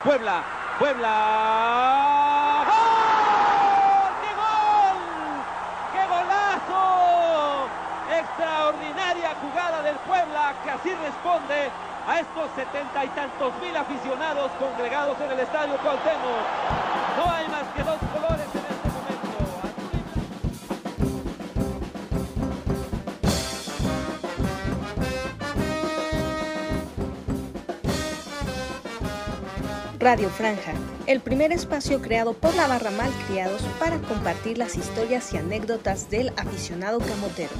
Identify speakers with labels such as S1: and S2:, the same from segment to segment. S1: Puebla, Puebla. ¡Gol! ¡Qué gol! ¡Qué golazo! Extraordinaria jugada del Puebla que así responde a estos setenta y tantos mil aficionados congregados en el Estadio Cuauhtémoc. No hay más que dos colores en este momento. Azul y
S2: Radio Franja, el primer espacio creado por la barra Malcriados para compartir las historias y anécdotas del aficionado camotero.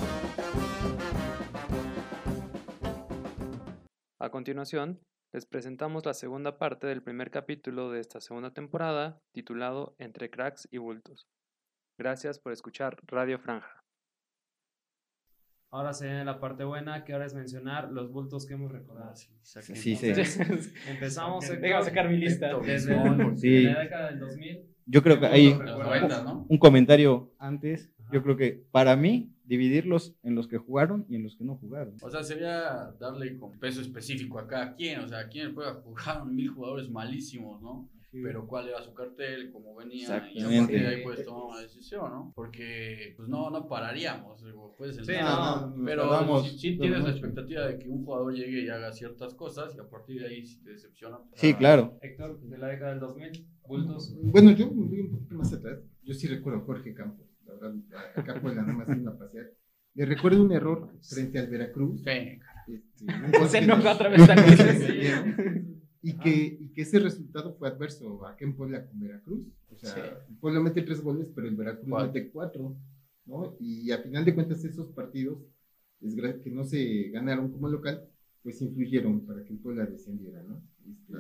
S3: A continuación, les presentamos la segunda parte del primer capítulo de esta segunda temporada, titulado Entre cracks y bultos. Gracias por escuchar Radio Franja.
S4: Ahora se viene la parte buena, que ahora es mencionar los bultos que hemos recordado.
S5: Sí, sí, sí.
S4: Entonces, Empezamos en-
S6: Déjame sacar mi lista.
S4: desde
S5: Sí.
S4: la década del 2000.
S5: Yo creo que
S4: Los
S5: hay
S4: bultos
S7: Cuenta, ¿no?
S5: un comentario antes.
S4: Ajá.
S5: Yo creo que para mí, dividirlos en los que jugaron y en los que no jugaron.
S7: O sea, sería darle con peso específico a cada quien. O sea, aquí en el Puebla jugaron mil jugadores malísimos, ¿no? Pero cuál era su cartel, cómo venía. Y a
S5: Exactamente.
S7: partir de ahí puedes tomar una decisión, ¿no? Porque pues no, no pararíamos. digo, puedes
S4: Sí,
S7: entrar,
S4: no,
S7: ¿no?
S5: nos
S7: pero
S5: tardamos
S7: sí, sí
S5: todo
S7: tienes la
S5: mucho.
S7: expectativa de que un jugador llegue y haga ciertas cosas y a partir de ahí si te decepciona. pues,
S5: Sí,
S7: ah,
S5: claro.
S4: Héctor, de la década del 2000, bultos.
S8: Bueno, yo me voy un poquito más atrás. Yo sí recuerdo a Jorge Campos. La verdad, acá fue la nada más una pasear. Le recuerdo un error frente al Veracruz.
S7: Sí,
S8: este, un gol
S6: Se
S8: que-
S6: enoja otra vez también.
S8: y, que, y que ese resultado fue adverso acá en Puebla con Veracruz. O sea, Puebla mete tres goles, pero el Veracruz
S7: Cuatro.
S8: mete cuatro. ¿no? Y a final de cuentas, esos partidos desgra- que no se ganaron como local, pues influyeron para que el Puebla descendiera. ¿no? Este,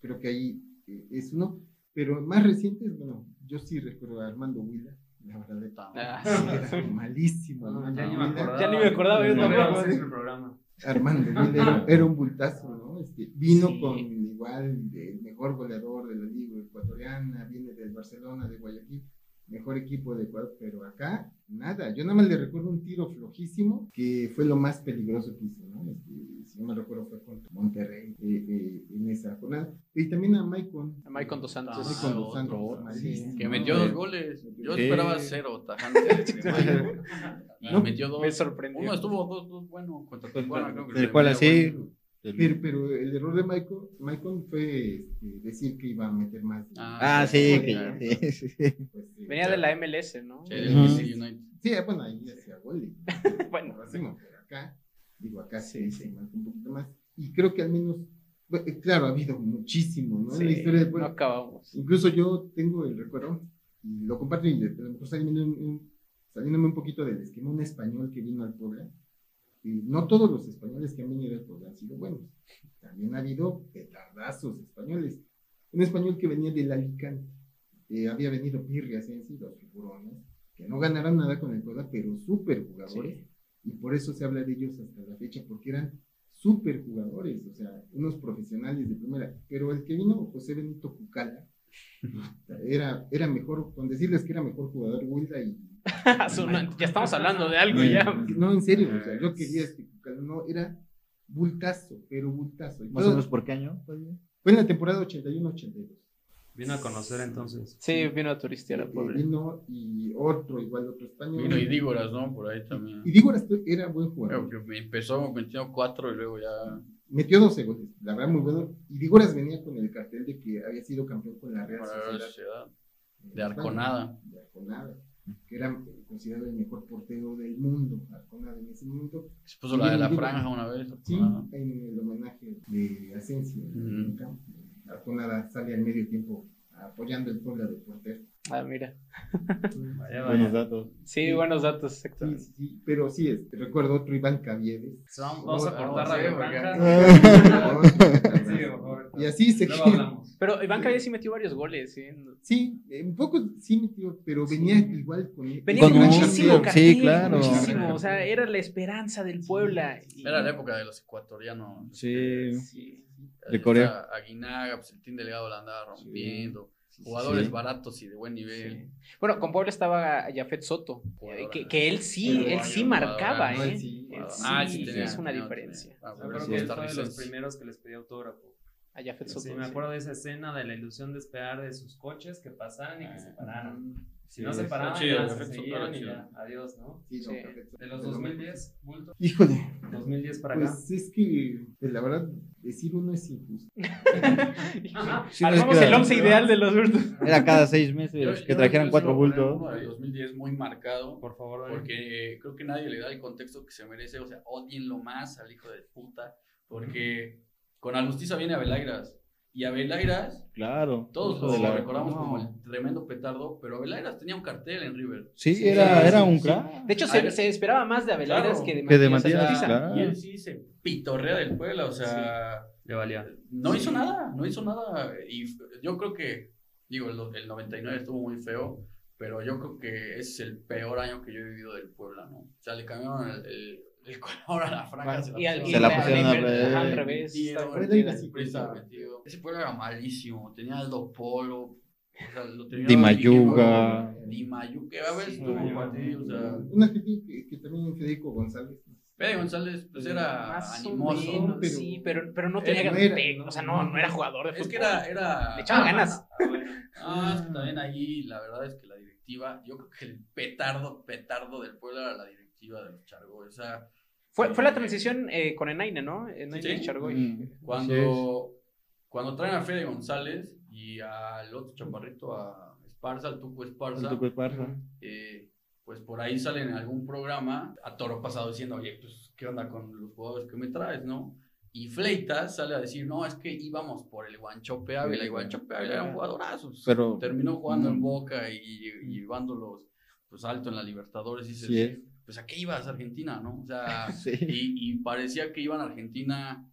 S8: Creo que ahí eh, es uno. Pero más recientes, bueno, yo sí recuerdo a Armando Huila. La verdad, era malísimo. Armando
S4: Ah,
S7: ah,
S4: ya ni me
S8: Huila.
S4: acordaba.
S6: Ya
S8: yo
S6: ni me acordaba,
S4: No
S8: tampoco.
S4: veíamos el programa.
S8: Armando Vela era, era un bultazo, ¿no? Este, vino
S4: Sí.
S8: con igual de- el mejor goleador de la liga ecuatoriana, viene del Barcelona, de Guayaquil, mejor equipo de Ecuador, pero acá nada. Yo nada más le recuerdo un tiro flojísimo que fue lo más peligroso que hizo, ¿no? Este, si no me recuerdo fue contra Monterrey eh, eh, en esa jornada. Y también a Maicon.
S6: A Maicon Dos Santos.
S8: Maicon Dos
S7: otro,
S8: Santos,
S7: Ah, otro,
S8: malísimo,
S7: Que
S8: ¿no?
S7: metió dos goles. Yo esperaba cero tajante. de Mayo. Y
S8: No,
S7: metió dos.
S6: Me sorprendió.
S7: Uno estuvo dos, dos bueno contra
S5: Contra-
S7: Tijuana, creo que
S5: tal
S7: le
S5: cual,
S7: metía
S5: así.
S7: gol.
S8: Pero, pero el error de Maicon, Maicon fue este, decir que iba a meter más.
S5: Ah, sí, que
S7: claro.
S5: sí, sí, sí.
S8: Pues, eh,
S6: Venía de la MLS, ¿no?
S7: Sí, del
S5: Ujú.
S7: DC United.
S8: Sí, eh, bueno, ahí hacía goles.
S6: Bueno.
S8: Racimo, pero acá, digo, acá sí, se marca un poquito más. Y creo que al menos, bueno, eh, claro, ha habido muchísimo, ¿no? En la
S6: Sí,
S8: historia del
S6: no
S8: pueblo.
S6: acabamos.
S8: Incluso yo tengo el recuerdo, y lo comparto, y a lo mejor saliendo un- un- saliéndome un poquito del esquema, un español que vino al Puebla. Y no todos los españoles que han venido al Puebla han sido buenos. También ha habido petardazos españoles. Un español que venía del Alicante, eh, había venido Pirri Asensi, los figurones, que no ganaron nada con el Puebla, pero súper jugadores. Y por eso se habla de ellos hasta la fecha, porque eran súper jugadores, o sea, unos profesionales de primera. Pero el que vino, José Benito Cucala, era, era mejor, con decirles que era mejor jugador Wilda y...
S6: Su- no, ya estamos hablando de algo ya.
S8: No, en serio, o sea, yo quería este Cucala, no, era bultazo, pero bultazo. Y
S5: Más o
S8: todo-
S5: menos por qué año. todavía?
S8: Fue en la temporada 81-82.
S4: Vino a conocer entonces.
S6: Sí, vino a turistear a
S8: Eh,
S6: Puebla.
S8: Vino y otro, igual otro español.
S7: Vino y Dígoras, ¿no? Por ahí
S8: Y
S7: también.
S8: Dígoras era buen jugador.
S7: Creo que Empezó metiendo cuatro y luego ya.
S8: Metió 12 goles, la verdad muy bueno. Y Dígoras venía con el cartel de que había sido campeón con la Real
S7: para la
S8: Sociedad.
S7: sociedad.
S8: eh,
S7: De Arconada.
S8: de Arconada, que era eh, considerado el mejor portero del mundo, Arconada en ese momento,
S7: Se puso la de la franja una vez.
S8: sí,
S7: Arconada.
S8: en el homenaje de Asensio. en
S7: Ujú.
S8: el campo. Arconada sale al medio tiempo apoyando el Puebla de portero.
S6: Ah, mira.
S4: Vaya,
S5: Buenos
S4: vaya.
S5: datos.
S6: Sí, buenos datos, Héctor.
S8: Sí, sí, pero sí, este, recuerdo otro Iván Caviedes.
S4: Vamos a cortar
S7: Sí,
S4: Radio
S7: porque-
S4: Franja. Sí, por favor.
S8: y así se
S4: Luego hablamos.
S6: Pero Iván Caballé sí metió varios goles. ¿sí?
S8: Sí, eh, un poco sí, mi tío, pero venía igual con
S6: Venía
S5: Con
S6: con
S5: un-
S6: muchísimo
S5: sí,
S6: cartel,
S5: claro.
S6: muchísimo. O sea, era la esperanza del Puebla. y-
S7: Era la época de los ecuatorianos. Este,
S5: Sí.
S6: Sí.
S5: De Corea.
S7: Está Aguinaga, pues el Team Delgado la andaba rompiendo. Jugadores
S5: sí.
S7: baratos y de buen nivel.
S6: Sí. Bueno, con Puebla estaba Jafet Soto, eh, que, que él sí,
S7: Pero
S6: él
S7: hay
S6: sí
S7: un
S6: marcaba,
S7: jugador,
S6: ¿eh?
S8: ¿no? Él sí.
S6: Él
S7: Ah,
S6: sí,
S7: tenía,
S6: es una
S7: tenía,
S6: diferencia.
S7: tenía. Ah,
S4: Yo creo
S7: sí,
S4: que él fue de los
S7: costarricense.
S4: primeros que les pedí autógrafo.
S6: a Jafet Soto.
S4: Sí, me acuerdo de esa escena de la ilusión de esperar de sus coches que pasaran y que se pararan. Si no se
S5: está
S4: paraban,
S7: Ah, chido,
S4: ya
S7: el
S4: se
S7: Jafet Soto
S4: seguían
S7: era
S4: y
S7: chido.
S4: ya, adiós, ¿no?
S8: Sí, no,
S6: Sí.
S8: perfecto.
S4: De los
S8: Pero bueno,
S4: 2010, bulto,
S8: Híjole,
S4: 2010 para acá.
S8: pues es que, pues, la verdad, decir uno es injusto.
S5: Sí, nos
S6: Armamos
S5: queda-
S6: el once ideal de los bultos.
S5: Era cada seis meses
S7: Yo-
S5: que
S7: yo-
S5: trajeran
S7: yo
S5: cuatro
S7: sí voy a poner
S5: bultos.
S7: Uno del 2010 muy marcado.
S4: Por favor, Dani.
S7: Porque eh, creo que nadie le da el contexto que se merece. O sea, odienlo más al hijo de puta. Porque con Alustiza viene Abelairas. Y Abelairas,
S5: Claro.
S7: todos
S5: Hijo
S7: lo
S5: de la-
S7: recordamos
S5: No.
S7: como el tremendo petardo. Pero Abelairas tenía un cartel en River.
S5: Sí,
S6: Sí,
S5: era,
S6: sí,
S5: era
S6: sí,
S5: un
S6: sí.
S5: crack.
S6: De hecho,
S7: Ay,
S6: se, se esperaba más de Abelardas
S7: Ah, claro,
S6: que de
S5: que de
S6: Matías
S5: Matías,
S6: Alcázar.
S5: claro.
S7: Y él sí se pitorrea del Puebla. O sea,
S4: Le valía.
S7: no hizo nada. No hizo nada. Y f- yo creo que, digo, el, el 99 estuvo muy feo. Pero yo creo que es el peor año que yo he vivido del Puebla, ¿no? O sea, le cambiaron el, el- el color a la franja. se la
S6: Y al-
S7: pusieron
S6: y
S5: Se la
S6: al
S5: pusieron al
S6: revés, ajá,
S5: revés.
S7: Metido,
S6: estaba
S8: Alfredo
S6: metida.
S8: y así.
S7: Prisa, metido. Ese pueblo era malísimo, tenía Aldo Polo, o sea, lo tenía
S5: Di Mayuga.
S7: Di Mayuga, a ver,
S6: Sí,
S7: estuvo
S4: Mayuga.
S7: partido, o sea,
S8: Una gente que, que también Federico González.
S7: Fede González pues era
S6: Más o
S7: animoso,
S6: menos,
S8: pero-
S6: sí, pero, pero no
S7: Él
S6: tenía
S8: no
S6: gran
S8: era,
S6: tec-
S8: ¿no?
S6: o sea, no, no era jugador de fútbol.
S7: Eh, es que era, era
S6: Le echaba ganas.
S7: Ah, es que también ahí la verdad es que la directiva, yo creo que el petardo, petardo del pueblo era la directiva de los Chargos, o sea,
S6: Fue, fue la transición eh, con Enaine, ¿no? Enaine
S7: Sí.
S6: y Chargoy.
S5: Mm.
S7: Cuando, cuando traen a Fede González y al otro chaparrito, a Esparza, al Tuco Esparza,
S5: Junto con Esparza.
S7: eh, pues por ahí salen en algún programa a toro pasado diciendo, oye, pues, ¿qué onda con los jugadores que me traes, no? Y Fleitas sale a decir, no, es que íbamos por el Guanchope Ávila, y Guanchope Ávila era un jugadorazo.
S5: Pero-
S7: Terminó jugando en
S5: Mm.
S7: Boca y, y llevándolos, pues, alto en la Libertadores, y dices,
S5: Sí es.
S7: pues, ¿a qué ibas, Argentina, no? O sea,
S5: Sí.
S7: y, y parecía que iban a Argentina,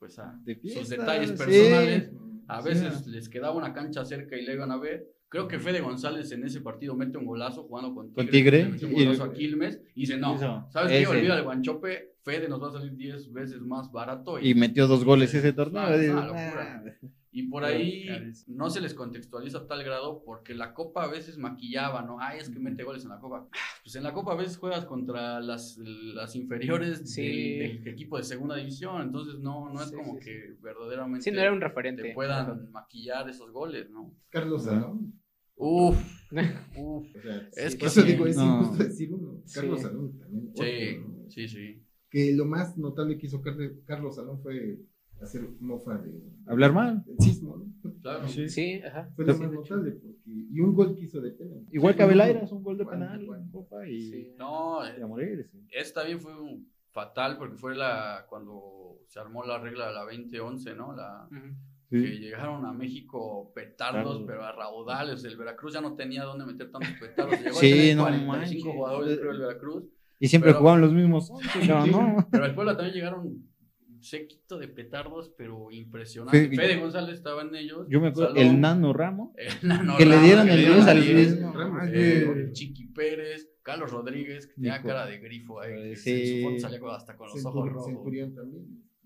S7: pues, a
S5: De
S7: sus
S5: fiesta,
S7: detalles
S5: sí.
S7: personales.
S8: Mm,
S7: A
S5: Sí.
S7: veces les quedaba una cancha cerca y la iban a ver. Creo que Fede González en ese partido mete un golazo jugando con Tigres.
S5: Con Tigre.
S7: le metió un
S5: Y-
S7: golazo a Quilmes y dice, no,
S5: Eso,
S7: ¿sabes qué?
S5: ese.
S7: Olvida el guanchope, Fede nos va a salir 10 veces más barato.
S5: Y metió dos goles ese torneo.
S7: Ah, es una
S5: dices,
S7: locura.
S5: "Ah".
S7: Y por ahí
S4: Clarísimo.
S7: no se les contextualiza a tal grado porque la Copa a veces maquillaba, ¿no? Ay, es que mete goles en la Copa. Ah, Pues en la Copa a veces juegas contra las, las inferiores
S6: Sí.
S7: del, del equipo de segunda división, entonces no, no es
S6: Sí,
S7: como
S6: sí, sí.
S7: que verdaderamente
S6: Sí, no era un
S7: te
S6: referente.
S7: puedan maquillar esos goles, ¿no?
S8: Carlos
S5: Ajá.
S8: Salón.
S7: Uf,
S8: O sea,
S7: Es
S8: por
S7: que
S8: eso
S7: Eh, sí,
S8: digo, es
S5: no.
S8: injusto decir uno. Carlos
S6: Sí.
S8: Salón también. otro,
S7: sí,
S8: ¿no?
S7: sí, sí.
S8: Que lo más notable que hizo Carle- Carlos Salón fue hacer mofa de,
S5: Hablar mal.
S8: del sismo, ¿no?
S7: Claro.
S6: Sí, ajá.
S8: Fue lo
S5: Sí,
S8: más
S6: de hecho.
S8: notable. Porque, y un gol que hizo de pena.
S5: Igual que Avelairas, un gol de
S8: Igual,
S5: penal.
S8: igual.
S5: Copa y,
S6: Sí.
S7: No,
S5: y a morir. sí.
S7: esta también fue un- fatal porque fue la cuando se armó la regla de la 2011, ¿no? La,
S6: Ujú.
S7: que
S5: Sí.
S7: llegaron a México petardos,
S5: Claro.
S7: pero a raudales. El Veracruz ya no tenía dónde meter tantos petardos. Llegó
S5: Sí,
S7: a tener
S5: no
S7: 45
S5: manches. Eh,
S7: jugadores, creo, el Veracruz.
S5: Y siempre
S7: Pero-
S5: jugaban los mismos. once, cabrón, ¿no?
S7: Pero al Puebla también llegaron un séquito de petardos, pero impresionante.
S5: Sí,
S7: Fede
S5: yo-
S7: González estaba en ellos.
S5: Yo me acuerdo,
S7: Salón,
S5: el Nano Ramo.
S7: el Nano
S5: que le
S7: Ramos,
S5: dieron
S7: que
S5: el
S7: le
S5: diez
S7: dieron
S5: al
S7: Ah, el diez.
S5: diez. no,
S8: Ramos,
S5: ah,
S7: Eh,
S5: sí.
S7: Chiqui Pérez, Carlos Rodríguez, que tenía
S5: Hijo.
S7: cara de grifo ahí, que
S5: Sí.
S7: en su foto salía con- hasta con los ojos
S8: Centurión,
S7: rojos.
S8: Centurión también.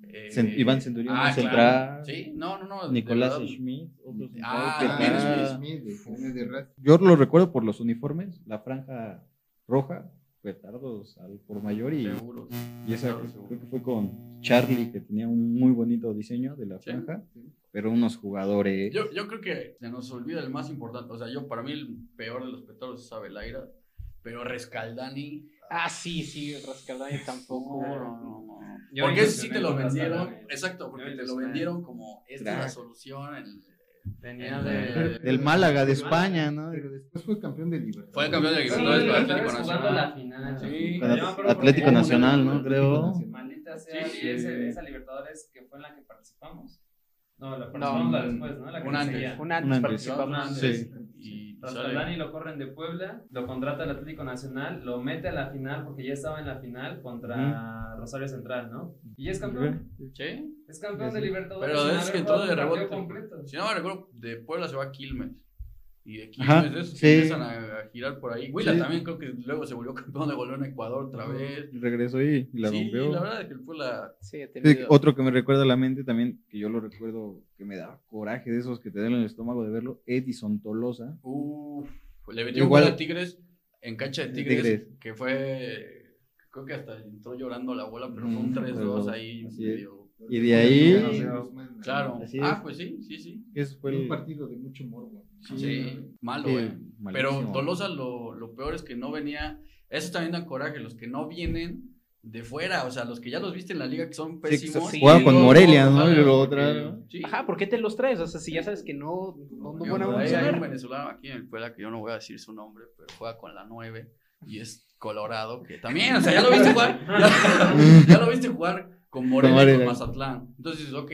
S7: Eh,
S5: Cen- Iván Centurión,
S7: ah,
S5: central.
S7: claro. Sí, no, no, no. de
S5: Nicolás
S7: verdad,
S5: Schmidt. otro central
S7: Ah,
S5: que
S7: el Pérez
S5: era-
S7: Schmidt.
S8: Smith, de Funes de Raz.
S5: Yo lo recuerdo por los uniformes, la franja roja, petardos al por mayor y,
S7: Seguro.
S5: y esa
S7: claro,
S5: creo-
S7: seguro.
S5: creo que fue con Charlie que tenía un muy bonito diseño de la
S7: Sí,
S5: franja,
S8: sí.
S5: pero unos jugadores.
S7: Yo, yo creo que se nos olvida el más importante. O sea, yo para mí el peor de los petardos es Abelaira, pero Rescaldani.
S6: Ah, sí, sí, Rascaldani tampoco.
S7: No, no, no, no.
S4: Yo
S7: Porque ese sí
S4: ilusioné
S7: te lo
S4: con
S7: vendieron.
S4: Rascaldani.
S7: Exacto,
S4: Yo
S7: porque te lo
S4: ilusioné.
S7: vendieron como esta es la
S5: Crack.
S7: solución. el-
S4: Tenía
S7: el- eh,
S4: de-
S5: Del Málaga de España, ¿no?
S8: Pero después fue campeón de Libertadores.
S7: Fue el campeón de
S4: Sí,
S7: Libertadores con
S4: otra vez
S7: Atlético
S4: jugando
S7: Nacional.
S4: la final. Yo
S7: Sí.
S4: me acuerdo porque-
S5: Atlético Nacional, ¿no? Creo.
S4: Maldita sea,
S7: Sí,
S4: y
S7: sí.
S4: ese- esa Libertadores que fue en la que participamos. No, la participamos la después, ¿no? La que
S7: Un antes.
S4: seguía.
S6: Un antes
S5: Un antes.
S7: Una
S6: participamos.
S7: antes.
S5: Sí.
S7: Y sale-
S4: Rascaldani lo corren de Puebla, lo contrata el Atlético Nacional, lo mete a la final porque ya estaba en la final contra Rosario Central, ¿no? Y es campeón,
S7: Sí.
S4: es campeón de Libertadores.
S7: Pero
S4: sin
S7: es
S4: haber
S7: que
S4: jugado
S7: entró de
S4: un partido
S7: rebote.
S4: completo.
S7: Si no me recuerdo, de Puebla se va a Quilmes. Y de Quilmes
S5: Ajá,
S7: es-
S5: sí.
S7: empiezan a, a girar por ahí. Huila
S5: Sí.
S7: también creo que luego se volvió campeón de goleo en Ecuador otra vez.
S5: Regresó y, y la
S7: sí,
S5: rompió.
S7: la verdad es que el Puebla.
S6: Sí, he
S5: Sí,
S6: tenido.
S5: otro que me recuerda a la mente también, que yo lo recuerdo, que me daba coraje de esos que te dan en el estómago de verlo, Edison Tolosa.
S7: Uf, le metió
S5: Igual-
S7: un gol a Tigres en cancha de
S5: De
S7: Tigres,
S5: Tigres.
S7: que fue. Creo que hasta entró llorando la bola, pero fue
S5: Mm,
S7: un 3-2
S5: pero-
S7: ahí.
S5: así es.
S7: Medio
S5: Y de ahí-
S8: Los mexicanos mandan.
S7: Claro.
S5: Así
S7: Ah,
S5: es.
S7: pues sí, sí, sí.
S5: Eso fue
S8: Fue un
S5: el...
S8: partido de mucho morbo.
S7: Sí, malo,
S5: Sí,
S7: eh. Pero
S5: malísimo.
S7: Tolosa lo, lo peor es que no venía. Eso también da coraje, los que no vienen de fuera, o sea, los que ya los viste en la liga que son
S5: Sí, que se
S7: pésimos.
S5: juega con
S7: Sí,
S5: Morelia, ¿no?
S7: claro,
S5: Y luego otra,
S7: porque-
S5: ¿no?
S7: Sí.
S6: Ajá, ¿por qué te los traes? O sea, si ya sabes que no, no, no
S7: Yo,
S6: van
S7: ahí hay
S6: a
S7: un
S6: evolucionar.
S7: venezolano aquí en el Puebla que yo no voy a decir su nombre, pero juega con la 9 y es Colorado, que también, o sea, ya lo viste jugar, ya, ya lo viste jugar con Morelia y
S5: Morelia.
S7: con Mazatlán. Entonces dices, ok,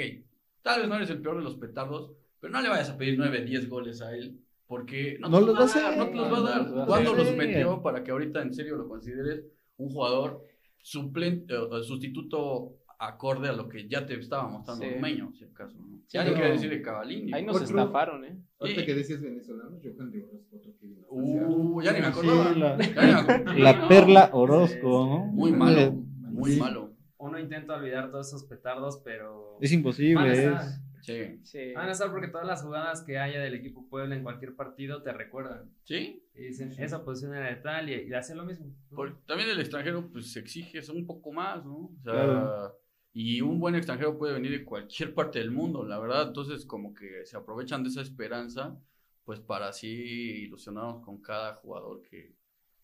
S7: tal vez no eres el peor de los petardos, pero no le vayas a pedir 9, 10 goles a él, porque no,
S5: No
S7: te
S5: los
S7: los
S5: va
S7: va
S5: a
S7: a dar,
S5: hacer.
S7: no te los va a
S6: No los va
S7: dar.
S6: a
S7: ¿Cuándo
S5: hacer.
S7: los metió para que ahorita en serio lo consideres un jugador suplente, o- o sustituto acorde a lo que ya te estaba mostrando
S6: Sí.
S7: Meño, si acaso, ¿no?
S6: Sí,
S7: Ya no
S6: pero-
S7: quiero decir de Cavalini.
S6: Ahí nos
S8: Otro-
S6: estafaron, ¿eh?
S8: Ahorita
S7: Sí.
S8: que decías venezolanos, Johan de Orozco, otro que vino.
S7: Uh, ya ni me acordaba.
S5: Sí, la,
S7: Ya ni me acordaba.
S5: la perla Orozco, ¿no?
S7: Muy malo, muy
S5: Sí.
S7: malo.
S4: Uno intenta olvidar todos esos petardos, pero
S5: Es
S4: van a
S5: imposible.
S4: estar.
S5: es-
S7: Sí.
S6: Sí.
S4: Van a estar porque todas las jugadas que haya del equipo Puebla en cualquier partido te recuerdan.
S7: ¿Sí?
S4: Y dicen, esa posición era de tal y, y hacen lo mismo.
S7: Porque también el extranjero pues se exige eso un poco más, ¿no? O sea,
S5: Claro.
S7: y un buen extranjero puede venir de cualquier parte del mundo, la verdad. Entonces como que se aprovechan de esa esperanza pues para así ilusionarnos con cada jugador que,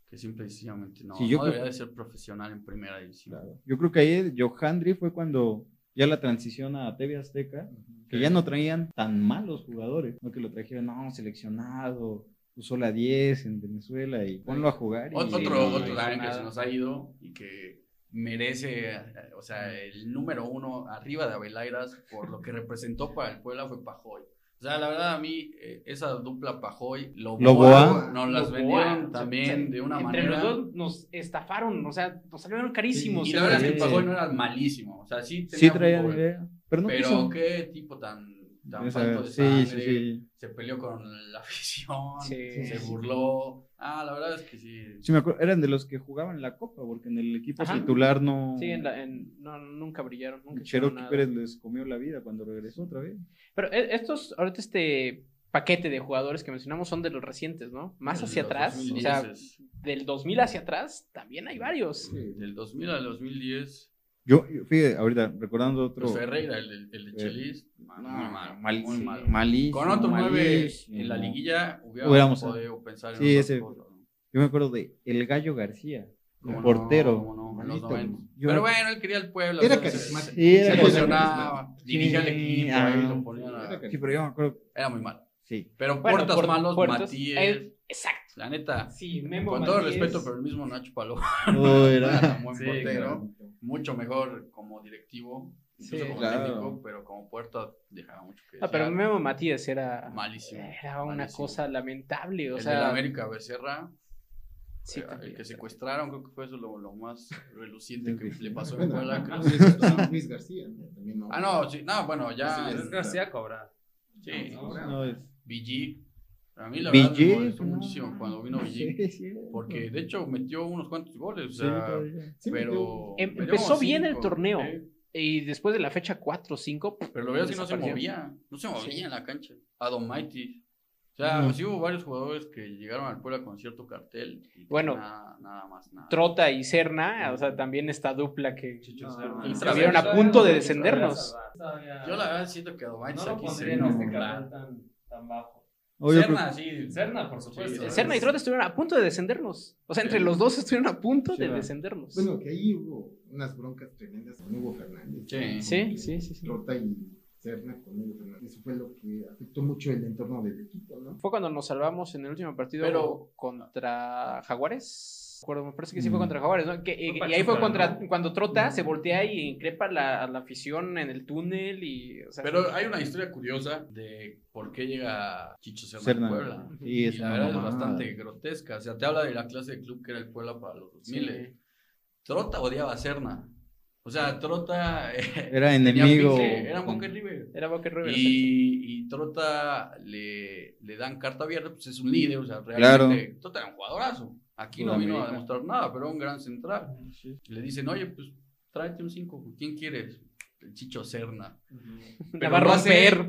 S7: que simple y sencillamente no,
S5: Sí, yo
S7: no
S5: creo-
S7: debería de ser profesional en primera división.
S5: Claro. Yo creo que ahí Johandri fue cuando ya la transición a TV Azteca, que ya no traían tan malos jugadores, no que lo trajeron, no, seleccionado, usó la 10 en Venezuela y ponlo a jugar. y-
S7: Ot- Otro,
S5: y-
S7: otro también que
S6: nada.
S7: se nos ha ido y que merece, eh, o sea, el número uno arriba de Avelairas por lo que representó para el Puebla fue Pajoy. O sea, la verdad a mí eh, esa dupla Pajoy, Loboa,
S5: Loboa.
S7: nos las vendieron también de una
S6: Entre
S7: manera.
S6: los dos nos estafaron, o sea, nos salieron carísimos.
S7: y la verdad es que
S5: Sí.
S7: Pajoy no era malísimo, o sea, sí tenía
S5: Sí traía
S7: fútbol,
S5: idea, pero no
S7: pero
S5: quiso.
S7: qué tipo tan, tan
S5: Esa-
S7: falto de
S5: sí, sí,
S7: sangre,
S5: sí.
S7: se peleó con la afición,
S6: Sí.
S7: se burló. Ah, la verdad es que sí.
S5: Sí, me acuerdo, eran de los que jugaban la Copa, porque en el equipo
S6: Ajá.
S5: titular no...
S6: Sí, en la- en- no, nunca brillaron, nunca hicieron
S5: Cherokee
S6: nada.
S5: Pérez les comió la vida cuando regresó otra vez.
S6: Pero e- estos, ahorita este paquete de jugadores que mencionamos son de los recientes, ¿no? Más
S7: De
S6: hacia
S7: los
S6: atrás, o sea,
S7: 2010s.
S6: del 2000 hacia atrás también hay varios.
S8: Sí.
S7: Del 2000 al 2010,
S5: Yo, yo, fíjate, ahorita recordando otro.
S7: pues Ferreira, el, el- el de
S5: Eh,
S7: Chelis, mal-
S5: No,
S7: muy mal,
S5: mal-
S7: muy
S6: sí.
S7: mal.
S5: malísimo,
S7: Con otro 9
S5: malísimo.
S7: en la liguilla hubiéramos,
S5: Hubiéramos-
S7: podido pensar en
S5: Sí,
S7: otras
S5: ese-
S7: cosas, ¿no?
S5: Yo me acuerdo de El Gallo García, el
S7: Cómo no,
S5: portero.
S7: cómo no, en los
S5: Maldito,
S7: 90.
S5: yo-
S7: Pero bueno, él quería el pueblo.
S8: Era
S7: entonces,
S8: carismático.
S7: Se,
S5: Sí, era
S7: se
S5: carismático.
S7: emocionaba, dirigía al
S5: Sí,
S7: equipo,
S5: ah.
S7: ahí lo ponían a-
S8: Era
S5: Sí, pero yo me acuerdo.
S7: Era muy mal.
S5: Sí.
S7: Pero
S6: Bueno,
S7: puertas
S6: por-
S7: malos,
S6: puertas,
S7: Matías,
S6: eh, exacto.
S7: la neta.
S6: Sí, Memo
S7: Con todo
S6: Matías.
S7: respeto, pero el mismo Nacho Paloma
S5: No,
S7: era
S5: era.
S7: un buen
S4: Sí,
S7: portero.
S4: claro.
S7: mucho mejor como directivo, incluso
S6: Sí,
S7: como
S5: claro.
S7: técnico, pero como puerta dejaba mucho que
S6: Ah, pero
S7: desear.
S6: Memo Matías era,
S7: malísimo.
S6: era una
S7: malísimo.
S6: cosa lamentable, o
S7: el de
S6: sea,
S7: América Becerra,
S6: sí,
S7: eh, el
S6: también.
S7: que secuestraron, creo que fue eso lo, lo más reluciente que le pasó en
S8: Bueno,
S7: Puebla. que lo
S8: Luis García,
S7: secuestraron.
S8: Luis García, ¿no? También no.
S7: ah, no, sí, no, bueno, ya.
S8: Sí,
S4: Luis García cobra.
S7: sí,
S4: no, no.
S5: No, es-
S7: BG. A mí la verdad me
S5: Villé,
S7: molestó
S5: no,
S7: muchísimo cuando vino
S5: sí,
S7: BG.
S5: sí,
S7: Porque de hecho metió unos cuantos goles, o
S5: sí,
S7: sea,
S5: todavía.
S8: Sí,
S7: pero.
S6: Em-
S7: metió
S6: empezó
S7: como
S6: bien el
S7: cinco,
S6: torneo.
S7: ¿eh?
S6: Y después de la fecha 4 o 5,
S7: Pero lo veas y no se
S6: Desapareció.
S7: movía. No se movía
S6: Sí.
S7: en la cancha. A Don Mighty. O sea,
S5: Ujú.
S7: sí hubo varios jugadores que llegaron al pueblo con cierto cartel. y que
S6: Bueno,
S7: Nada, nada más, nada.
S6: Trota y Serna, o sea, también esta dupla que...
S4: Chicho
S8: No,
S4: Serna.
S7: y
S6: estuvieron a punto de descendernos.
S4: Todavía-
S7: Yo la verdad siento que a Don Mighty
S4: no lo
S7: aquí
S4: pondría
S7: se
S4: en
S7: no
S4: este
S7: la-
S4: canal tan, tan bajo.
S5: No, yo creo-
S7: Serna, sí.
S4: Serna, por supuesto. Ah,
S7: Sí,
S6: Serna y Trota estuvieron a punto de descendernos. O sea, entre
S7: Sí.
S6: los dos estuvieron a punto
S5: Sí,
S6: de
S5: va.
S6: descendernos.
S8: Bueno, que ahí hubo unas broncas tremendas con Hugo Fernández.
S7: Sí.
S6: Sí, sí, sí, sí.
S8: Trota y Serna con Hugo Fernández. Eso fue lo que afectó mucho el entorno del equipo, ¿no?
S6: Fue cuando nos salvamos en el último partido
S7: Pero-
S6: contra Jaguares. Recuerdo, me parece que sí fue
S5: Mm.
S6: contra Jaguares, ¿no? Que- eh, y,
S4: Pachuca,
S6: y ahí fue contra,
S4: ¿no?
S6: cuando Trota se voltea y increpa la- a la afición en el túnel y... o sea,
S7: Pero hay una historia curiosa de por qué llega Chicho Serna,
S5: Serna.
S7: al Puebla.
S5: Sí,
S7: Y
S5: es
S7: la
S5: una
S7: verdad es
S5: mamada.
S7: bastante grotesca. O sea, te habla de la clase de club que era el Puebla para los
S6: sí.
S7: 2000. Trota odiaba a Serna. O sea, Trota eh,
S5: Era
S7: tenía
S5: enemigo.
S7: pique, Era un Boca y River.
S6: Era Boca River. exacto.
S7: Y, y Trota le, le dan carta abierta, pues es un líder, o sea,
S5: Claro.
S7: realmente Trota era un jugadorazo. Aquí no vino a
S5: Sudamérica.
S7: demostrar nada, pero era un gran central.
S5: Sí.
S7: Le dicen, oye, pues tráete un 5, ¿quién quieres? el Chicho Serna.
S6: La va a romper.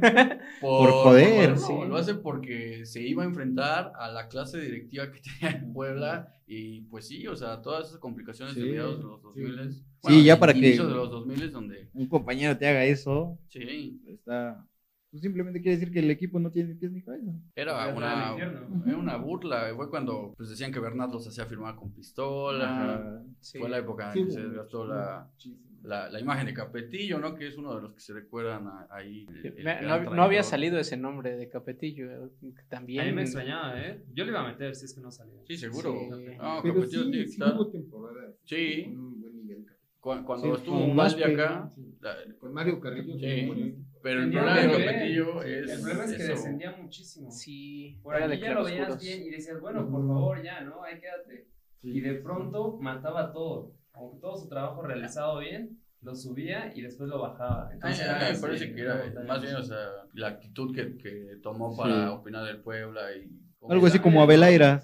S5: Por poder,
S7: no,
S6: sí.
S7: Lo hace porque se iba a enfrentar a la clase directiva que tenía en Puebla y pues sí, o sea, todas esas complicaciones de
S5: Sí,
S7: mediados de los 2000.
S5: Sí, ya para que-
S7: Inicios de los 2000 donde...
S5: Un compañero te haga eso,
S7: Sí,
S5: está. pues, simplemente quiere decir que el equipo no tiene pies ni cabeza.
S7: era
S4: Era
S7: una,
S4: del infierno.
S7: era una burla. Fue cuando pues, decían que Bernat los hacía firmar con pistola.
S5: Ajá.
S6: Sí.
S7: Fue la época
S8: Sí,
S7: en que Ah, se
S8: güey.
S7: desgastó la,
S8: Muchísimo.
S7: la, la imagen de Capetillo, ¿no? Que es uno de los que se recuerdan a- ahí. el- el
S6: No-
S7: gran
S6: No, no
S7: traidor.
S6: había salido ese nombre de Capetillo. eh,
S4: A mí
S6: También.
S4: me extrañaba, ¿eh? Yo le iba a meter si es que no salía.
S7: Sí, seguro.
S6: Sí. Ah,
S7: No,
S8: Pero
S7: Capetillo tiene
S8: sí,
S7: que
S8: sí
S7: estar.
S8: hubo temporadas.
S7: Sí.
S8: Con un buen nivel.
S7: Cu- Cuando
S5: Sí,
S7: estuvo
S5: como
S7: un
S5: más
S7: balde acá.
S8: Sí.
S7: la-
S8: Con Mario
S7: Sí.
S8: Carrillo. tuvo buenas temporadas.
S7: Pero el
S4: Tenía
S7: problema
S4: que
S7: de
S4: ver.
S7: Capetillo es.
S4: El problema es que
S7: eso. Eh,
S4: descendía muchísimo.
S6: Sí,
S4: Por
S6: era
S4: ahí
S6: de
S4: ya lo veías
S6: claroscuros.
S4: bien y decías, bueno, por favor, ya, ¿no? Ahí quédate.
S8: Sí.
S4: Y de pronto mataba todo. Aunque todo su trabajo realizado bien, lo subía y después lo bajaba.
S7: A mí-
S4: Entonces,
S7: a mí
S4: era
S7: me
S4: así,
S7: parece que era
S4: una
S7: más bien,
S4: montaña
S7: o sea, la actitud que, que tomó para
S5: Sí.
S7: opinar del Puebla y.
S5: Algo así como Abelaira.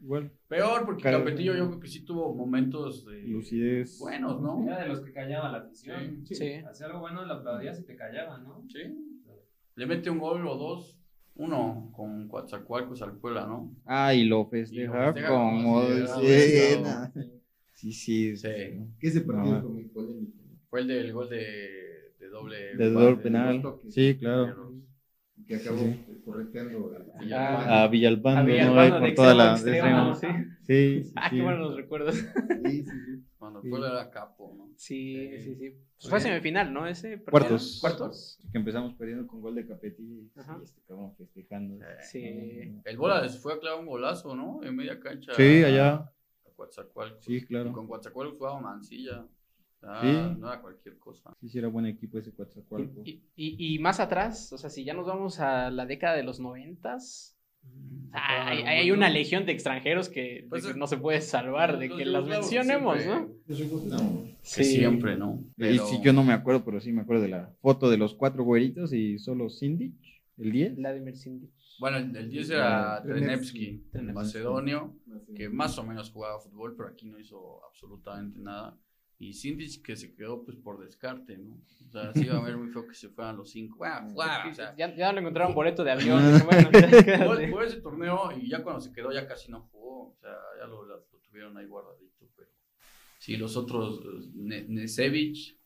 S5: Igual.
S7: Peor, porque
S5: Claro.
S7: Capetillo yo creo que sí tuvo momentos de-
S5: Lucidez.
S7: buenos, ¿no?
S4: Era de los que callaba la afición.
S6: Sí.
S4: Hacía algo bueno, lo aplaudías y te callaban, ¿no?
S7: Sí. Le mete un gol o dos. Uno con Coatzacoalcos al Puebla, ¿no?
S5: Ah, y lo
S7: Y lo
S5: festeja
S7: festeja
S5: como
S7: como si
S5: de
S7: hubiera
S5: cena. Sí, sí.
S7: Sí.
S8: Que ese partido
S5: Ah.
S8: fue muy polémico. ¿no?
S7: Fue el del gol de, de doble.
S5: De doble
S7: pase,
S5: penal.
S8: toques.
S5: Sí, claro.
S8: Que acabó
S5: Sí. Ah.
S8: eh, correteando. eh,
S5: A Villalpando,
S6: A
S5: ¿no?
S6: Villalpando
S5: Ahí
S6: de
S5: por toda la.
S6: extremo a
S5: de
S6: extremo, sí.
S5: extremo. Sí, sí,
S6: Ah,
S5: sí.
S6: qué buenos recuerdos.
S8: Sí, sí, sí.
S7: Cuando el
S5: Sí.
S7: Puebla era capo, ¿no?
S6: Sí, sí,
S7: Sí.
S6: sí. Pues fue
S7: bien.
S6: semifinal, ¿no? Ese. perdón.
S5: Cuartos.
S6: Cuartos.
S5: Que empezamos perdiendo con gol de Capetillo
S6: Ajá.
S5: y este cabrón festejando.
S6: Sí.
S7: El Bola les fue a clavar un golazo, ¿no? En media cancha.
S5: Sí, allá.
S7: A Coatzacoalcos.
S5: Sí,
S7: Y
S5: claro.
S7: con Coatzacoalcos jugaba Mancilla. Ah,
S5: Sí.
S7: No era cualquier cosa.
S5: Sí, sí, era buen equipo ese Coatzacoalco.
S6: Y, y- y más atrás, o sea, si ya nos vamos a la década de los noventas, ah, hay, hay una legión de extranjeros que, de
S7: Pues,
S6: que no se puede salvar de
S7: Los
S6: que las
S7: yugoslavos
S6: mencionemos,
S7: siempre-
S6: ¿no?
S8: Los yugoslavos.
S7: Que siempre, ¿no?
S5: Y
S7: Pero-
S5: sí, yo no me acuerdo, pero sí me acuerdo de la foto de los cuatro güeritos y solo Cindy, el 10.
S6: Vladimir Sindic.
S7: Bueno, el, el 10 era
S8: Ah, Trenevsky.
S7: Trenevsky,
S6: Trenevsky.
S7: macedonio,
S8: Más, eh,
S7: que más o menos jugaba fútbol, pero aquí no hizo absolutamente nada. Y Sindich que se quedó pues por descarte, ¿no? O sea, sí iba a ver muy feo que se fueran los cinco. Guau, guau, Ah, o sea,
S6: Ya, ya lo encontraron boleto de avión. dije, bueno, ya
S7: jugó,
S6: quédate.
S7: jugó ese torneo y ya cuando se quedó ya casi no jugó. O sea, ya lo, lo tuvieron ahí guardadito, pero... Sí, los otros, eh, Ne- Nesevich,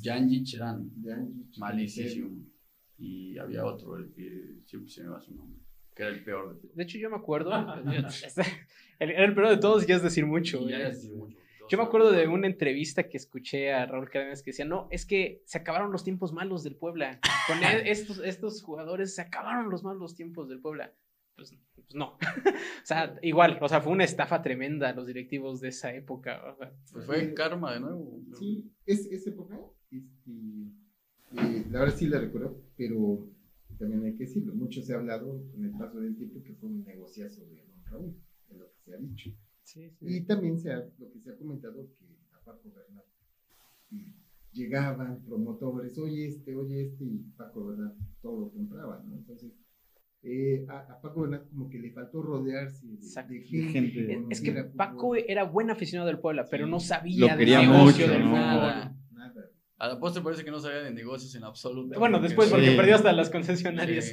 S7: Janjic eran
S8: de Angie,
S7: malísimos. Y había otro, el que siempre se me va su nombre, que era el peor de todos.
S6: De hecho, yo me acuerdo. el, el peor de todos ya es decir mucho.
S7: Y ya
S6: güey.
S7: es mucho.
S6: Yo me acuerdo de una entrevista que escuché a Raúl Cárdenas que decía, no, es que se acabaron los tiempos malos del Puebla. Con e- estos, estos jugadores se acabaron los malos tiempos del Puebla. Pues, pues no. o sea, igual, o sea, fue una estafa tremenda a los directivos de esa época. o sea.
S7: Pues fue karma de nuevo.
S8: Sí, es, esa época, este, eh, la verdad sí la recuerdo, pero también hay que decirlo, mucho se ha hablado con el paso del tiempo que fue un negociazo de Don Raúl, de lo que se ha dicho. Y también se ha, lo que se ha comentado que a Paco Bernal y llegaban promotores, oye este, oye este, y Paco Bernal todo lo compraba, ¿no? Entonces, eh, a, a Paco Bernal como que le faltó rodearse de,
S6: Exacto.
S8: de
S5: De
S8: gente.
S5: gente.
S8: que
S6: Es- Es que
S8: conociera
S6: Paco
S8: fútbol.
S6: era buen aficionado del Puebla, pero no
S5: Lo
S6: sabía
S5: quería
S6: del negocio
S5: mucho,
S6: del
S5: ¿no?
S6: fútbol.
S8: Nada.
S7: A la postre parece que no sabía de negocios en absoluto.
S6: Bueno, después
S5: Sí.
S6: porque perdió hasta las
S7: nadie.
S6: concesionarias.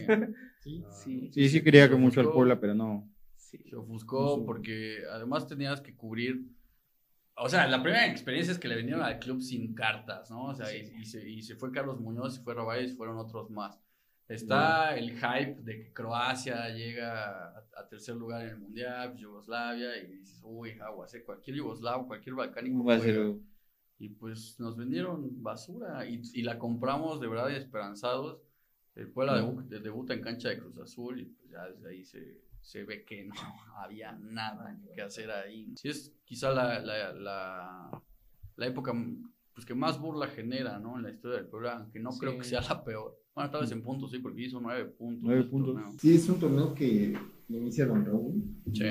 S8: Sí,
S6: Sí.
S5: Sí, sí, quería
S7: Se
S5: que mucho al
S7: ofuscó.
S5: Puebla, pero no.
S6: Sí.
S7: Se ofuscó porque además tenías que cubrir. O sea, la primera experiencia es que le vinieron al club sin cartas, ¿no? O sea, y, y se, y se fue Carlos Muñoz, y fue Rabales, y fueron otros más. Está el hype de que Croacia llega a, a tercer lugar en el Mundial, pues, Yugoslavia, y dices, uy, aguas, eh, cualquier yugoslavo, cualquier balcánico.
S5: Va a ser-
S7: juega". Y pues nos vendieron basura y, y la compramos de verdad esperanzados. El Puebla debu- de- debuta en cancha de Cruz Azul y pues ya desde ahí se, se ve que no había nada que hacer ahí. Sí es quizá la, la, la, la época pues, que más burla genera ¿no? en la historia del Puebla, aunque no creo que
S6: Sí.
S7: sea la peor. Bueno, tal vez en puntos sí, porque hizo nueve puntos.
S5: Nueve
S7: en el
S5: puntos.
S7: torneo.
S8: Sí, es un torneo que lo inicia Don Raúl
S7: Sí,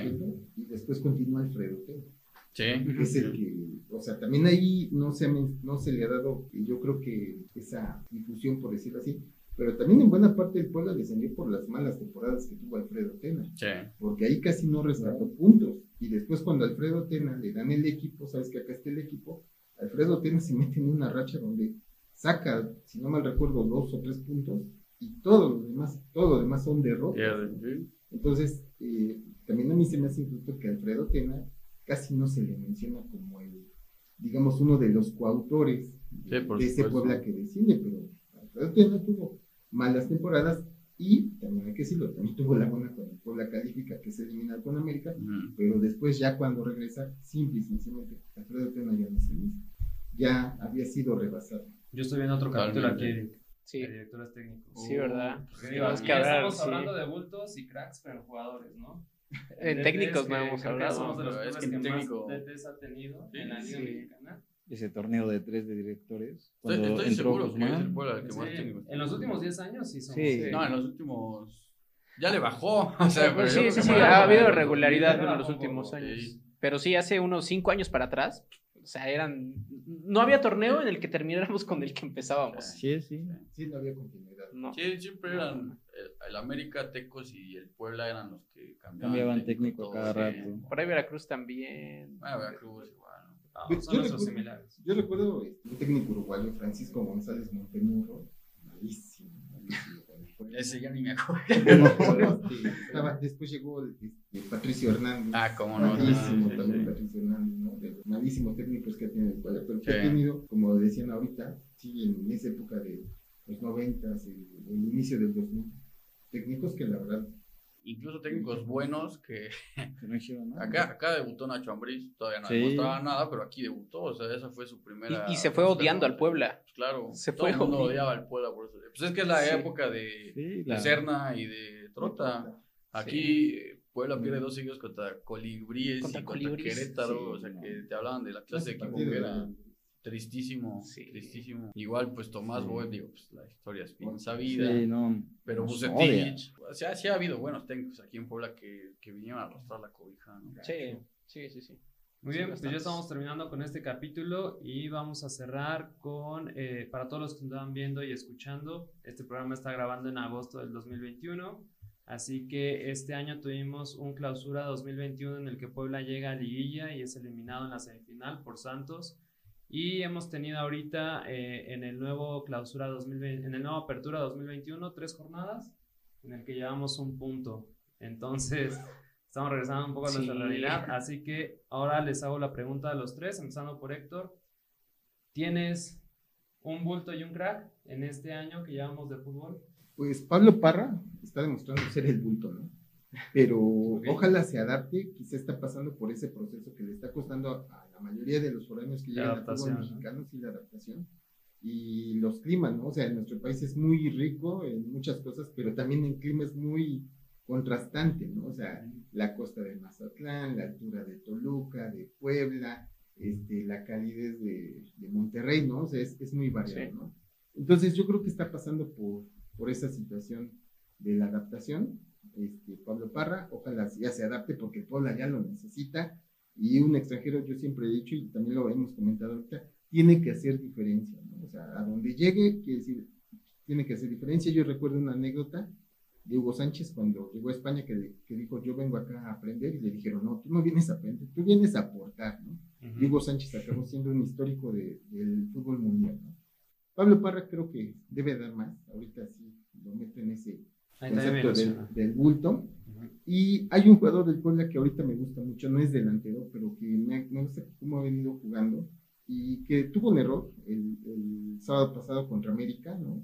S8: y después continúa Alfredo Tena,
S7: sí.
S8: que es el que, o sea, también ahí no se, ha men- no se le ha dado, y yo creo que esa difusión, por decirlo así, pero también en buena parte el pueblo descendió por las malas temporadas que tuvo Alfredo Tena,
S7: sí.
S8: porque ahí casi no rescató puntos. Y después cuando a Alfredo Tena le dan el equipo, sabes que acá está el equipo, Alfredo Tena se mete en una racha donde saca, si no mal recuerdo, dos o tres puntos y todos los demás, todos los demás son derrotas.
S7: Pierde.
S8: Entonces, eh, también a mí se me hace injusto que Alfredo Tena casi no se le menciona como el, digamos, uno de los coautores de,
S7: por
S8: de ese
S7: supuesto.
S8: Puebla que decide, pero Alfredo Tena tuvo malas temporadas y también hay que decirlo, también tuvo la buena con el Puebla califica que se elimina con América,
S7: Ujú.
S8: pero después ya cuando regresa, simple y sencillamente, Alfredo Tena ya no es el mismo. Ya había sido rebasado.
S4: Yo estoy viendo otro capítulo aquí
S7: Totalmente.
S4: de,
S6: Sí,
S4: de directores técnicos.
S6: sí, ¿verdad?
S4: Porque
S6: Sí,
S4: digo,
S6: vamos
S4: aquí
S6: que hablar,
S4: estamos
S6: sí.
S4: hablando de bultos y cracks, pero jugadores, ¿no?
S6: En
S4: DTs
S6: técnicos no
S4: que
S6: hemos
S4: creo que Somos
S6: hablado.
S4: de los
S7: pero es
S4: clubes
S7: que
S4: que,
S7: en técnico-
S4: más DTs ha tenido
S7: Sí.
S4: en la Liga
S6: Sí.
S4: Mexicana.
S5: Ese torneo de tres de directores.
S7: Estoy,
S5: cuando
S7: estoy
S5: entró
S7: seguro que es
S5: Guzmán,
S7: el Puebla el que
S4: Sí,
S7: más técnicos.
S4: En los últimos 10 años sí somos.
S5: Sí.
S7: No, en los últimos. Ya le bajó. O sea, pero yo
S6: sí,
S7: creo
S6: sí,
S7: que
S6: sí,
S7: más-
S6: ha habido
S7: más-
S6: regularidad
S4: más-
S6: en los últimos
S4: más-
S6: años.
S7: sí.
S6: Pero sí, hace unos cinco años para atrás, o sea, eran. No había torneo en el que termináramos con el que empezábamos.
S5: Sí, sí.
S8: Sí, no había continuidad.
S6: No.
S7: Sí, siempre eran eh, el, el América, Tecos y el Puebla eran los que cambiaban.
S5: Cambiaban técnico a
S7: todo,
S5: cada
S7: sí.
S5: rato.
S6: Por ahí Veracruz también.
S7: Bueno, Veracruz igual. ¿no?
S4: Ah,
S8: Yo-
S4: son
S8: yo
S4: nuestros
S8: recuerdo-
S4: similares.
S8: Yo recuerdo este, un técnico uruguayo, Francisco González Montemurro, malísimo, malísimo. con el
S7: Ese ya ni me acuerdo.
S8: Puebla. Este, estaba- después llegó el- este, Patricio Hernández.
S7: Ah, cómo no.
S8: Malísimo
S7: Sí,
S8: también
S7: sí, sí.
S8: Patricio Hernández, ¿no? De los malísimos técnicos que ha tenido el Puebla, pero que
S7: Sí.
S8: ha tenido, como decían ahorita, sí, en esa época de los noventas, el, el inicio del 2000, técnicos que la verdad,
S7: Incluso técnicos buenos que
S5: Que no hicieron nada.
S7: acá, acá debutó Nacho Ambriz, todavía no
S5: Sí.
S7: demostraba nada, pero aquí debutó, o sea, esa fue su primera.
S6: Y, y se fue odiando al Puebla.
S7: Pues claro,
S6: Se
S7: todo
S6: fue
S7: el mundo
S6: odiando.
S7: odiaba al Puebla por eso. Pues es que es la
S6: Sí.
S7: época de,
S5: Sí,
S7: de
S5: la-
S7: Serna y de Trota. Aquí eh, Puebla pierde dos seguidos contra Colibríes
S6: Contra
S7: y contra
S6: Colibríes.
S7: Querétaro, o
S5: Sí,
S7: sea
S5: no.
S7: que te hablaban de la clase de equipo
S8: partido
S7: que
S8: de-
S7: era tristísimo,
S6: Sí.
S7: tristísimo. Igual pues Tomás
S5: Sí.
S7: Boeb, digo, pues la historia es bien
S8: Sí,
S7: sabida.
S5: Sí, Pues, no.
S7: Pero
S5: nos odia.
S7: Bucetich, o sea, sí ha habido buenos técnicos aquí en Puebla que, que vinieron a arrastrar la cobija, ¿no?
S6: Sí, sí, sí. sí.
S4: Muy
S6: Sí,
S4: bien, pues ya
S6: bastantes.
S4: estamos terminando con este capítulo y vamos a cerrar con, eh, para todos los que nos están viendo y escuchando, este programa está grabando en agosto del 2021, así que este año tuvimos un clausura 2021 en el que Puebla llega a liguilla y es eliminado en la semifinal por Santos y hemos tenido ahorita eh, en el nuevo clausura 2020, en el nuevo apertura 2021 tres jornadas en el que llevamos un punto, entonces... Estamos regresando un poco a nuestra
S6: Sí.
S4: realidad, así que ahora les hago la pregunta a los tres, empezando por Héctor. ¿Tienes un bulto y un crack en este año que llevamos de fútbol?
S8: Pues Pablo Parra está demostrando ser el bulto, ¿no? Pero ojalá se adapte, quizá está pasando por ese proceso que le está costando a, a la mayoría de los foráneos que
S4: La
S8: llegan al
S4: adaptación,
S8: fútbol
S4: ¿no?
S8: mexicano, sí, la adaptación. Y los climas, ¿no? O sea, nuestro país es muy rico en muchas cosas, pero también el clima es muy contrastante, ¿no? O sea, la costa de Mazatlán, la altura de Toluca, de Puebla, este, la calidez de, de Monterrey, ¿no? O sea, es, es muy variado,
S6: Sí.
S8: ¿no? Entonces yo creo que está pasando por, por esa situación de la adaptación, este, Pablo Parra, ojalá ya se adapte porque Puebla ya lo necesita y un extranjero, yo siempre he dicho y también lo hemos comentado ahorita, tiene que hacer diferencia, ¿no? O sea, a donde llegue, quiere decir, tiene que hacer diferencia. Yo recuerdo una anécdota de Hugo Sánchez cuando llegó a España que, le- que dijo, yo vengo acá a aprender y le dijeron, no, tú no vienes a aprender, tú vienes a aportar, ¿no? Y Hugo Sánchez acabó siendo un histórico de- del fútbol mundial, ¿no? Pablo Parra creo que debe dar más, ahorita sí lo mete en ese
S4: Ahí también me
S8: concepto del,
S4: ilusiona.
S8: del bulto.
S4: Ujú.
S8: Y hay un jugador del Puebla que ahorita me gusta mucho, no es delantero, pero que me, me gusta cómo ha venido jugando y que tuvo un error el, el sábado pasado contra América, ¿no?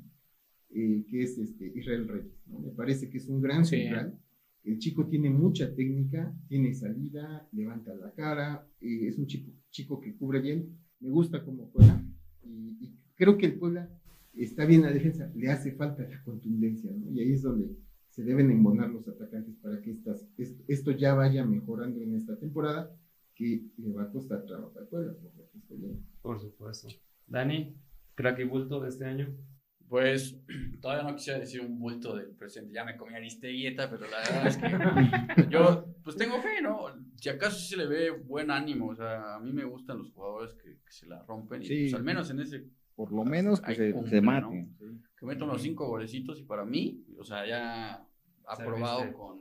S8: Eh, que es este Israel Reyes, ¿no? Me parece que es un gran
S6: Sí.
S8: central. El chico tiene mucha técnica, tiene salida, levanta la cara, eh, es un chico, chico que cubre bien, me gusta cómo juega y, y creo que el Puebla está bien la defensa, le hace falta la contundencia, ¿no? Y ahí es donde se deben embonar los atacantes para que estas, est- esto ya vaya mejorando en esta temporada, que le va a costar trabajo al Puebla, por lo que estoy viendo.
S4: Por supuesto. Dani, crack y bulto de este año.
S7: Pues todavía no quisiera decir un bulto del presente, ya me comí Aristeguieta, pero la verdad es que yo pues tengo fe, ¿no? Si acaso sí se le ve buen ánimo, o sea, a mí me gustan los jugadores que, que se la rompen,
S5: Sí.
S7: y pues al menos en ese,
S5: Por
S6: Ah,
S5: lo menos que
S7: Hay
S5: se,
S7: cumple,
S5: se
S7: ¿no?
S5: mate.
S7: que metan los cinco golecitos y para mí, o sea, ya aprobado
S4: Serviste.
S7: con,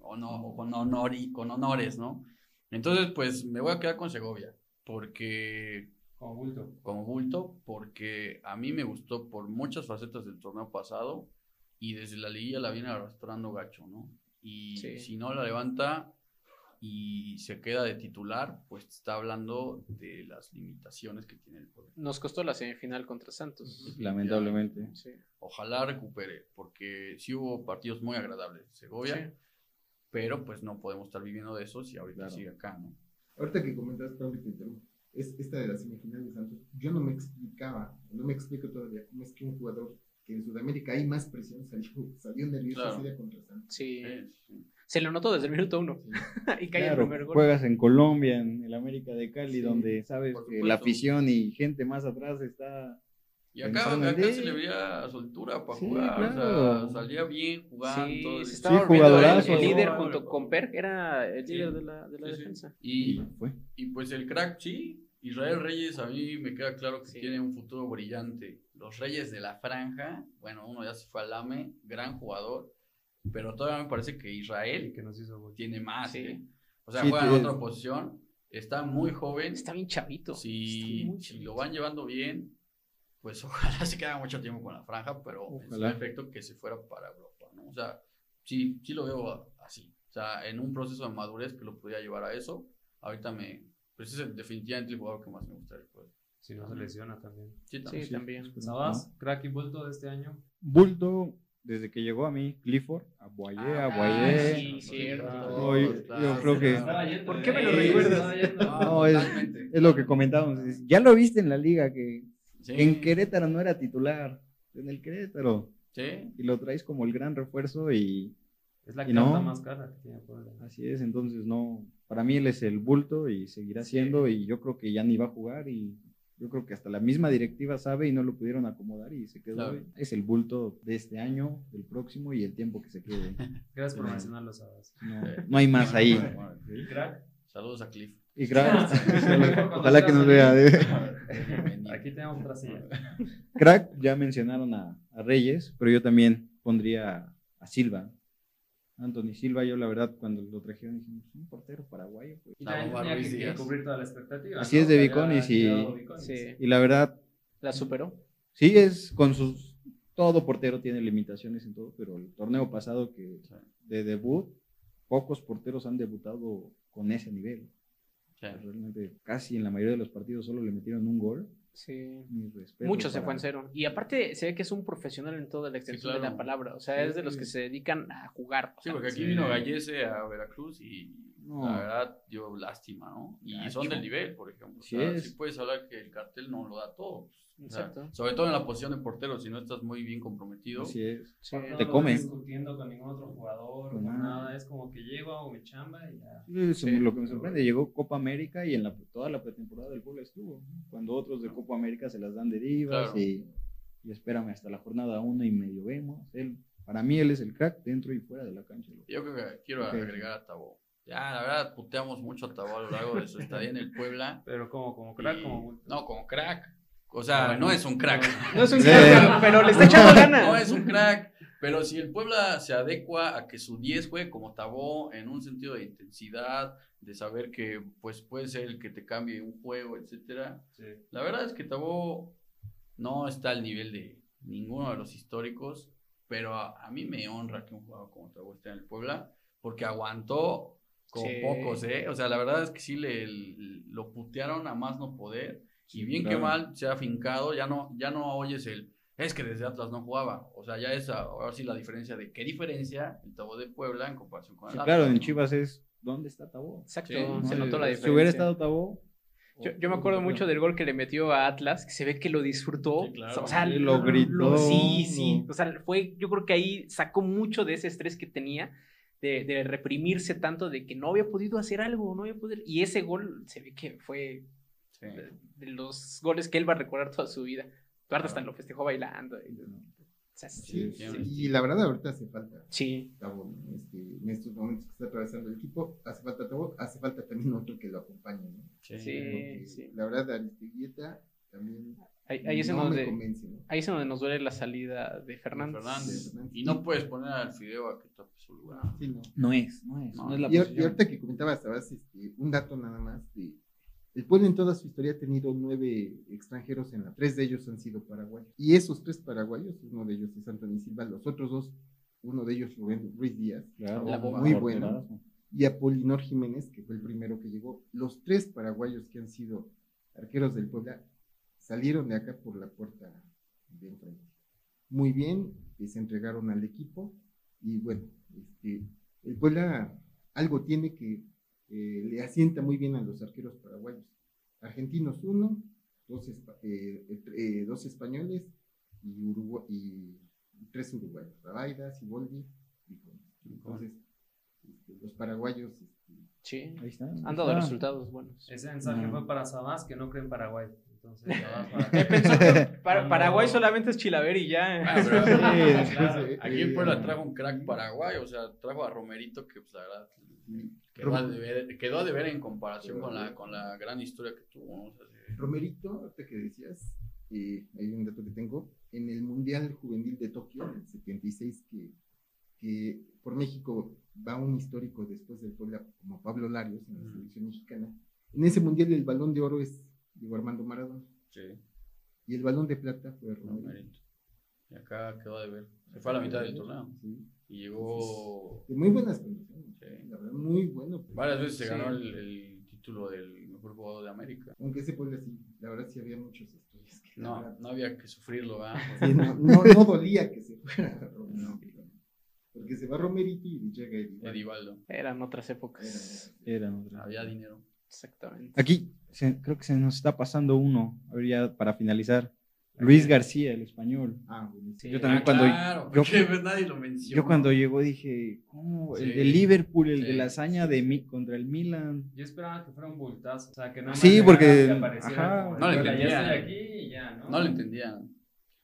S7: o no, o con, honor y, con honores, ¿no? Entonces, pues me voy a quedar con Segovia, porque
S4: Como bulto.
S7: como bulto porque a mí me gustó por muchas facetas del torneo pasado y desde la liguilla la viene arrastrando gacho, ¿no? Y
S6: Sí.
S7: si no la levanta y se queda de titular, pues te está hablando de las limitaciones que tiene el poder.
S6: Nos costó la semifinal contra Santos.
S5: lamentablemente.
S6: Sí.
S7: Ojalá recupere, porque sí hubo partidos muy agradables, Segovia,
S6: Sí.
S7: pero pues no podemos estar viviendo de eso si ahorita
S5: Claro.
S7: sigue acá, ¿no?
S8: Ahorita que comentas, perdón que te interrumpa, es esta de la semifinal de Santos, yo no me explicaba, no me explico todavía cómo es que un jugador que en Sudamérica hay más presión salió, salió nervioso
S7: Claro.
S8: así de contra Santos.
S6: Sí.
S7: Es-
S6: Se lo notó desde el minuto uno.
S8: Sí.
S6: y cae el
S5: Claro,
S6: primer gol.
S5: juegas en Colombia, en el América de Cali,
S6: Sí,
S5: donde sabes
S7: por
S5: que
S7: supuesto.
S5: la afición y gente más atrás está
S7: Y acá,
S5: Pensando en
S7: acá se
S5: él.
S7: le veía soltura para
S5: Sí,
S7: jugar, o sea,
S5: claro.
S7: salía bien jugando.
S6: Sí,
S7: y-
S6: se estaba
S5: Sí,
S6: volviendo el,
S5: jugadorazo.
S6: el líder
S7: Sí,
S6: junto
S7: sí.
S6: con Per, era el
S7: Sí.
S6: líder de la, de la
S7: Sí, sí.
S6: defensa.
S5: y
S7: Y,
S5: fue.
S7: y pues el crack, sí. Israel Reyes a mí me queda claro que
S6: Sí.
S7: tiene un futuro brillante. Los Reyes de la Franja, bueno, uno ya se fue al AME, gran jugador, pero todavía me parece que
S4: El
S7: Israel
S4: que nos hizo gol.
S7: tiene más.
S6: Sí.
S7: ¿eh? O sea,
S5: Sí,
S7: juega en
S5: tiene-
S7: otra posición, está muy joven.
S6: Está bien chavito.
S7: si,
S6: Está muy
S7: si
S6: chavito.
S7: lo van llevando bien, pues ojalá se quede mucho tiempo con la franja, pero
S5: Ojalá.
S7: es perfecto que se fuera para Europa, ¿no? O sea, sí, sí lo veo a- así. O sea, en un proceso de madurez que lo podía llevar a eso, ahorita me... Pues es el- definitivamente el jugador que más me gusta del juego.
S4: Si no se lesiona también.
S7: Sí,
S6: Sí,
S7: también.
S6: también.
S5: Pues,
S4: ¿Sabas?
S5: ¿no?
S4: Crack y bulto de este año.
S5: Bulto, desde que llegó a mí, Clifford, Aguayé,
S6: Ah,
S5: Aguayé.
S6: sí,
S7: Pues,
S6: cierto.
S5: Hoy- yo creo que-
S7: Estaba yendo,
S6: ¿Por qué me
S7: ¿eh?
S6: lo
S7: Sí,
S6: recuerdas?
S7: estaba yendo.
S5: No, es-
S7: Totalmente.
S5: Es lo que comentábamos. es, Ya lo viste en la liga, que
S7: Sí,
S5: en Querétaro no era titular, en el Querétaro.
S7: sí.
S5: Y lo traes como el gran refuerzo y
S4: Es la
S5: ¿Y
S4: carta
S5: no?
S4: más cara que tiene Puebla.
S5: así es. Entonces, no, para mí él es el bulto y seguirá siendo y yo creo que ya ni va a jugar y yo creo que hasta la misma directiva sabe y no lo pudieron acomodar y se quedó.
S7: Claro.
S5: Es el bulto de este año, del próximo y el tiempo que se quede.
S4: Gracias por
S5: Sí.
S4: mencionarlo, ¿sabes?
S5: No, no hay más ahí.
S7: Bueno,
S4: ¿Y crack?
S7: Saludos a Cliff.
S5: Y crack, ojalá, ojalá que nos vea.
S4: Aquí tenemos otra silla.
S5: Crack, ya mencionaron a, a Reyes, pero yo también pondría a Silva. Anthony Silva, yo la verdad cuando lo trajeron dijimos, un portero paraguayo. pues".
S4: Y
S7: La
S4: también
S7: bomba
S4: tenía
S7: Ruiz
S4: que, que
S7: Díaz.
S4: cubrir toda la expectativa.
S5: Así
S4: ¿no?
S5: es de
S4: Que había
S5: Biconis y-
S4: llegado Biconis.
S6: Sí.
S5: Y la verdad,
S6: La superó.
S5: sí es con sus... Todo portero tiene limitaciones en todo, pero el torneo pasado que
S7: Sí.
S5: de debut, pocos porteros han debutado con ese nivel. Realmente casi en la mayoría de los partidos solo le metieron un gol.
S6: Sí.
S5: Mis respetos
S6: Muchos se
S5: para-
S6: fue en cero. Y aparte se ve que es un profesional en toda la extensión de
S7: claro.
S6: la palabra. O sea,
S5: Sí,
S6: es de los
S5: sí.
S6: que se dedican a jugar.
S7: Sí, porque aquí
S5: Sí.
S7: vino Gallese a Veracruz y
S5: No.
S7: la verdad dio lástima, ¿no? Y
S5: Gacho.
S7: son del nivel, por ejemplo. O
S5: Así
S7: sea,
S5: es.
S7: sí puedes hablar que el cartel no lo da todo. O sea,
S6: Exacto.
S7: sobre todo en la posición de portero, si no estás muy bien comprometido.
S5: Así es.
S6: Sí.
S4: No
S5: Te
S4: lo
S5: come.
S4: estoy discutiendo con ningún otro jugador, con
S5: Con nada.
S4: nada. Es como que llego, hago mi chamba y ya.
S5: Es
S6: Sí.
S5: lo que me sorprende, llegó Copa América y en la, toda la pretemporada del Puebla estuvo, ¿no? cuando otros de Copa América se las dan de divas
S7: Claro.
S5: y, y espérame hasta la jornada uno y medio vemos. Él, para mí él es el crack dentro y fuera de la cancha. loco.
S7: Yo creo que quiero
S5: Ok.
S7: agregar a Tabó. Ya, la verdad, puteamos mucho a Tabó a lo largo de su estadía en el Puebla.
S4: Pero como, como crack,
S7: Y-
S4: como bulto.
S7: No, como crack. O sea, no es un crack.
S6: No es un
S5: Sí.
S6: crack, pero le está echando ganas.
S7: No es un crack, pero si el Puebla se adecua a que su 10 juegue como Tabó en un sentido de intensidad, de saber que pues puede ser el que te cambie un juego, etcétera.
S4: Sí.
S7: La verdad es que Tabó no está al nivel de ninguno de los históricos, pero a, a mí me honra que un jugador como Tabó esté en el Puebla, porque aguantó con
S6: Sí.
S7: pocos, ¿eh? O sea, la verdad es que sí le, lo putearon a más no poder. Y bien
S5: claro.
S7: que mal se ha fincado, ya no, ya no oyes el. Es que desde Atlas no jugaba. O sea, ya es a- ahora sí la diferencia de qué diferencia el Tabó de Puebla en comparación con el
S5: Sí,
S7: Atlas.
S5: claro, en
S7: ¿no?
S5: Chivas es, ¿dónde está Tabó?
S6: Exacto,
S7: Sí, Oh, no,
S6: se
S5: No,
S6: notó la
S5: Si hubiera
S6: diferencia.
S5: estado Tabó...
S6: Yo, yo me acuerdo mucho del gol que le metió a Atlas, que se ve que lo disfrutó.
S7: Sí, claro.
S6: O sea,
S5: Sí,
S6: lo
S5: lo
S6: gritó.
S5: gritó,
S6: Sí, sí.
S5: lo-
S6: O sea, fue, yo creo que ahí sacó mucho de ese estrés que tenía, de, de reprimirse tanto, de que no había podido hacer algo, no había podido. Y ese gol se ve que fue
S7: Sí.
S6: de, de los goles que él va a recordar toda su vida. Duarte
S5: Ah.
S6: hasta lo festejó bailando. y- o sea, sí.
S8: Sí, y la verdad ahorita hace falta
S6: Sí,
S8: Tabo, ¿no? Este, en estos momentos que está atravesando el equipo, hace falta Tabo, hace falta también otro que lo acompañe, ¿no?
S7: Sí.
S6: sí,
S8: Porque
S6: sí.
S8: La verdad, Aristeguieta también
S6: Ahí, ahí es en
S8: no me
S6: donde,
S8: convence, ¿no?
S6: ahí es en donde nos duele la salida de Fernández.
S7: Fernández. Y no puedes poner al Fideo a que tope su lugar.
S8: Sí, no.
S5: No es, no es, no es la
S8: Y, ahor- y
S5: posición.
S8: ahorita que comentabas, ¿sabes? Este, un dato nada más de El pueblo en toda su historia ha tenido nueve extranjeros en la, tres de ellos han sido paraguayos. Y esos tres paraguayos, uno de ellos es Antonio Silva, los otros dos, uno de ellos Rubén Ruiz Díaz,
S5: Claro,
S7: La bomba.
S8: muy bueno, y Apolinor Jiménez, que fue el primero que llegó. Los tres paraguayos que han sido arqueros del Puebla salieron de acá por la puerta de enfrente. Muy bien, y se entregaron al equipo. Y bueno, este, el Puebla algo tiene que eh, le asienta muy bien a los arqueros paraguayos. Argentinos uno, dos, espa- eh, eh, tr- eh, dos españoles y, Urugua- y tres uruguayos, Rabaida, Siboldi y Gómez. Entonces, este, los paraguayos este,
S6: Sí.
S5: Ahí está.
S6: Han dado resultados buenos.
S4: Ese mensaje
S5: No.
S4: fue para Sabás, que no cree en Paraguay. Entonces, Sabás
S6: Él
S4: para-
S6: pensó que Eh, para-
S4: No.
S6: Paraguay solamente es Chilaver y ya. eh.
S7: Ah, pero-
S5: después
S4: de-
S7: Aquí en
S8: eh,
S7: Puebla trajo un crack paraguay, o sea, trajo a Romerito que pues la verdad
S8: eh,
S7: quedó a deber, quedó a deber en comparación con la, con la gran historia que tuvo. ¿no? O sea, sí.
S8: Romerito, ahorita que decías, eh, hay un dato que tengo, en el Mundial Juvenil de Tokio, en el 76, que, que por México va un histórico después del Puebla, como Pablo Larios, en la
S7: Ujú.
S8: selección mexicana. En ese Mundial el balón de oro es Diego Armando Maradona,
S7: Sí,
S8: y el balón de plata fue Romerito.
S7: Romerito. Y acá quedó a deber. Se fue a la mitad del torneo
S8: Sí,
S7: y llegó.
S8: de muy buenas condiciones,
S7: Sí.
S8: la verdad, muy bueno.
S7: Varias veces se
S6: Sí.
S7: ganó el, el título del mejor jugador de América.
S8: Aunque ese Puebla sí, la verdad sí había muchos estudios. que la
S7: No,
S8: verdad,
S7: no había que sufrirlo, ¿verdad?
S8: Sí, no, no, no dolía que se fuera Romerito. Porque se va Romerito y llega Edivaldo.
S7: Edivaldo.
S6: Eran otras épocas.
S5: Era otra.
S7: Había dinero.
S6: Exactamente.
S5: Aquí se- creo que se nos está pasando uno. A ver, ya para finalizar. Luis García, el español.
S8: Ah, buenísimo.
S5: Yo también cuando-
S7: claro,
S5: yo-
S7: porque nadie lo menciona.
S5: Yo cuando llegó dije, ¿cómo? El
S7: Sí.
S5: de Liverpool, el
S7: Sí.
S5: de la hazaña de mi, contra el Milan.
S4: Yo esperaba que fuera un bultazo. O sea, que no
S5: Sí,
S4: llegara,
S5: porque-
S4: que apareciera
S5: ajá.
S4: como,
S7: No le
S4: "Hola, Ya
S7: entendían.
S4: estoy aquí y ya, ¿no?
S7: No lo entendían.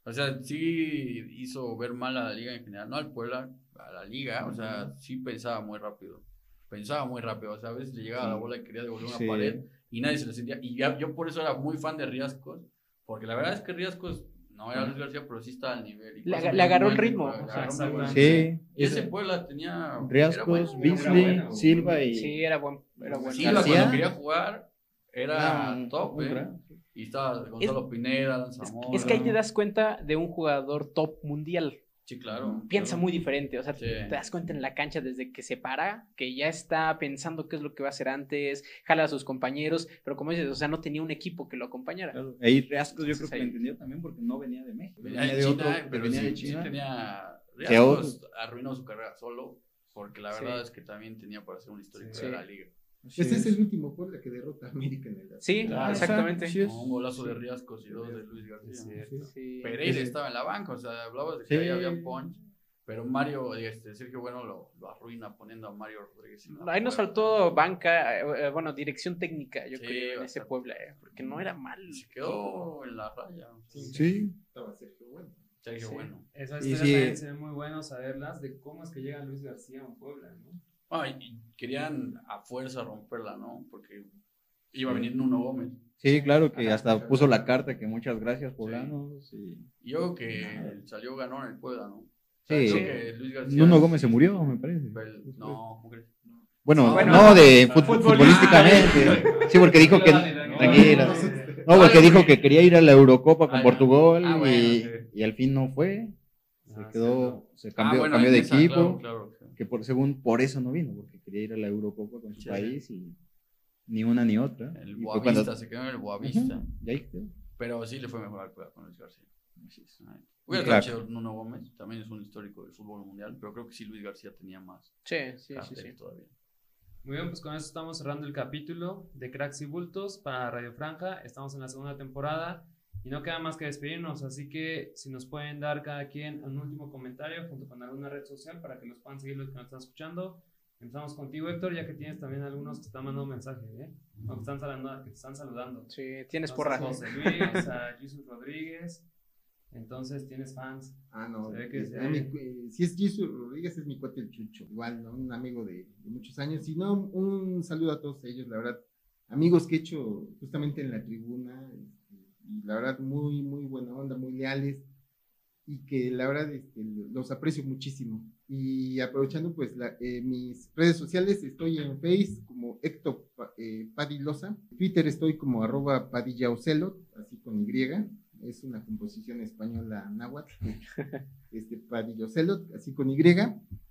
S7: O sea, sí hizo ver mal a la liga en general, no al Puebla, a la liga. O sea, sí pensaba muy rápido. Pensaba muy rápido. O sea, a veces le llegaba la bola y quería devolver una
S5: Sí.
S7: pared y nadie se lo sentía. Y ya- yo por eso era muy fan de Riascos, porque la verdad es que Riascos no era Luis García, pero sí estaba al nivel. Y
S6: Le
S7: más o
S6: aga- le
S7: menos
S6: agarró el
S7: bueno,
S6: ritmo,
S7: le
S6: o sea,
S7: agarró el
S4: exactamente.
S7: ritmo.
S5: Sí.
S7: Y ese Puebla tenía. era bueno,
S5: Riascos,
S7: era
S5: Beasley,
S4: bueno.
S5: Silva y...
S6: Sí, era buen. Era buen.
S7: Sí, cuando
S5: García.
S7: quería jugar era
S5: un-
S7: top,
S5: un
S7: ¿eh?
S5: gran-
S7: Y estaba Gonzalo Pineda, Alan
S6: Es,
S7: Zamora.
S6: es que ahí te das cuenta de un jugador top mundial.
S7: Sí, claro.
S6: Piensa
S7: claro.
S6: muy diferente. O sea,
S7: Sí.
S6: te das cuenta en la cancha desde que se para, que ya está pensando qué es lo que va a hacer antes, jala a sus compañeros, pero como dices, o sea, no tenía un equipo que lo acompañara.
S5: Claro, Ahí Riascos yo creo
S6: Entonces,
S5: que
S6: ahí-
S5: lo entendió también porque no venía de México.
S7: Venía de China,
S5: otro-
S7: pero
S5: venía
S7: sí,
S5: de
S7: sí
S5: China.
S7: tenía
S5: Que otro-
S7: Riascos arruinó su carrera solo, porque la
S6: Sí.
S7: verdad es que también tenía para ser un histórico
S6: Sí.
S7: de la liga.
S5: Así
S8: Pues
S5: es.
S8: es el último Puebla que derrota a América en el
S6: Sí,
S4: Ah,
S7: Claro.
S6: exactamente.
S5: Sí es.
S7: Con un golazo de Riascos y dos de Luis García.
S6: Sí.
S7: Pereira
S5: Sí.
S7: estaba en la banca, o sea, hablabas de que
S5: Sí.
S7: ahí había punch, pero Mario, este, Sergio Bueno lo, lo arruina poniendo a Mario Rodríguez. en la
S6: Ahí nos
S7: puerta.
S6: faltó banca, eh, eh, bueno, dirección técnica, yo
S7: Sí,
S6: creo, en ese
S7: bastante.
S6: Puebla, eh, porque no era mal.
S7: Y Se quedó en la raya. o sea,
S5: Sí.
S8: Estaba Sergio Bueno.
S7: Sergio
S4: Sí.
S7: Bueno.
S4: Esas
S5: Y
S4: historias
S5: sí.
S4: también serían muy bueno saberlas de cómo es que llega Luis García a un Puebla, ¿no?
S7: Ah, y- y querían a fuerza romperla, ¿no? Porque iba a venir Nuno Gómez.
S5: Sí, claro que
S7: Ajá.
S5: hasta puso la carta que muchas gracias, poblanos. y-
S7: Y yo creo que salió ganón el Puebla, ¿no? O sea,
S5: Sí.
S7: creo que Luis García-
S5: Nuno Gómez se murió, me parece.
S7: Fue el- No, ¿cómo crees?
S5: Bueno,
S7: Bueno,
S5: no de
S7: ah,
S5: fut-
S7: futbolista.
S5: futbolísticamente. Sí, porque dijo que. Tranquilo. No, porque dijo que quería ir a la Eurocopa
S7: Ah,
S5: con
S7: ya.
S5: Portugal
S7: Ah, bueno,
S5: y,
S7: sí.
S5: y al fin no fue. Se
S4: Ah, sí,
S5: quedó, se cambió,
S7: Ah, bueno,
S5: cambió de
S7: en esa,
S5: equipo.
S7: claro, claro.
S5: Que por, según por eso no vino, porque quería ir a la Eurocopa con su
S7: Sí.
S5: país y ni una ni otra.
S7: El
S5: Y fue
S7: Boavista,
S5: cuando-
S7: se quedó en el Boavista.
S5: Ujú, y ahí quedó.
S7: Pero sí le fue mejor al Puebla con Luis García.
S5: Así es.
S7: Ay. Hubiera
S5: Claro.
S7: estado chido Nuno Gómez, también es un histórico del fútbol mundial, pero creo que sí Luis García tenía más
S6: Sí, sí, sí,
S7: cartel
S6: sí.
S7: todavía.
S4: Muy bien, pues con eso estamos cerrando el capítulo de Cracks y Bultos para Radio Franja. Estamos en la segunda temporada y no queda más que despedirnos, así que si nos pueden dar cada quien un último comentario junto con alguna red social para que los puedan seguir los que nos están escuchando. Empezamos contigo, Héctor, ya que tienes también algunos que están mandando mensajes, ¿eh? O que están saludando. Que te están saludando.
S6: Sí, tienes
S4: Entonces,
S6: porra.
S4: José Luis, a Jesús Rodríguez. Entonces tienes fans.
S8: Ah, no.
S4: Se ve que
S8: eh,
S4: sí.
S8: ah, mi cu- eh, si es Jesús Rodríguez, es mi cuate el Chucho. Igual, ¿no? Un amigo de, de muchos años. Y no, un saludo a todos ellos, la verdad. Amigos que he hecho justamente en la tribuna. este, Y la verdad, muy, muy buena onda, muy leales. y que la verdad este, los aprecio muchísimo. Y aprovechando pues la- eh, mis redes sociales, estoy en Face como Héctor Pa- eh, Padilosa, Twitter estoy como arroba padillaocelot, así con Y, es una composición española náhuatl, este padillocelot, así con Y,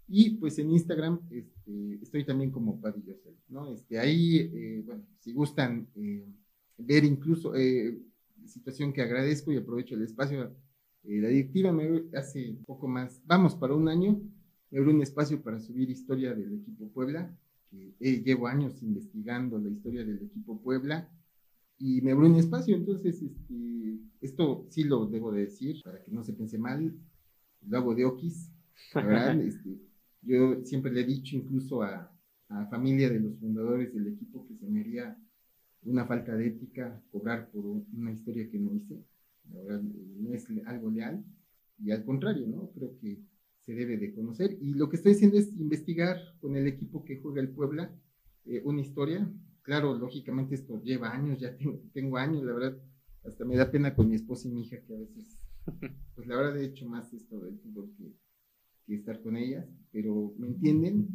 S8: y pues en Instagram este, estoy también como padillocelot, ¿no? Este, ahí, eh, bueno, si gustan eh, ver incluso, eh, situación que agradezco y aprovecho el espacio eh, la directiva me hace poco más, vamos, para un año, me abrió un espacio para subir historia del equipo Puebla, que eh, llevo años investigando la historia del equipo Puebla, y me abrió un espacio, entonces, este, esto sí lo debo de decir, para que no se piense mal, lo hago de Oquis, la verdad, este, yo siempre le he dicho incluso a, a familia de los fundadores del equipo que se me haría una falta de ética cobrar por una historia que no hice, la verdad, eh, no es le- algo leal y al contrario, ¿no? Creo que se debe de conocer y lo que estoy haciendo es investigar con el equipo que juega el Puebla eh, una historia. Claro, lógicamente esto lleva años, ya tengo, tengo años, la verdad, hasta me da pena con mi esposa y mi hija que a veces, pues la verdad he hecho más esto del fútbol que, que estar con ellas, pero me entienden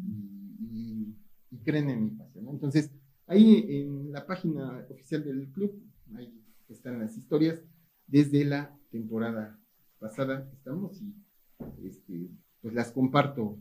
S8: y, y- y creen en mi pasión. ¿no? Entonces, ahí en la página oficial del club, ahí están las historias desde la temporada pasada que estamos y este, pues las comparto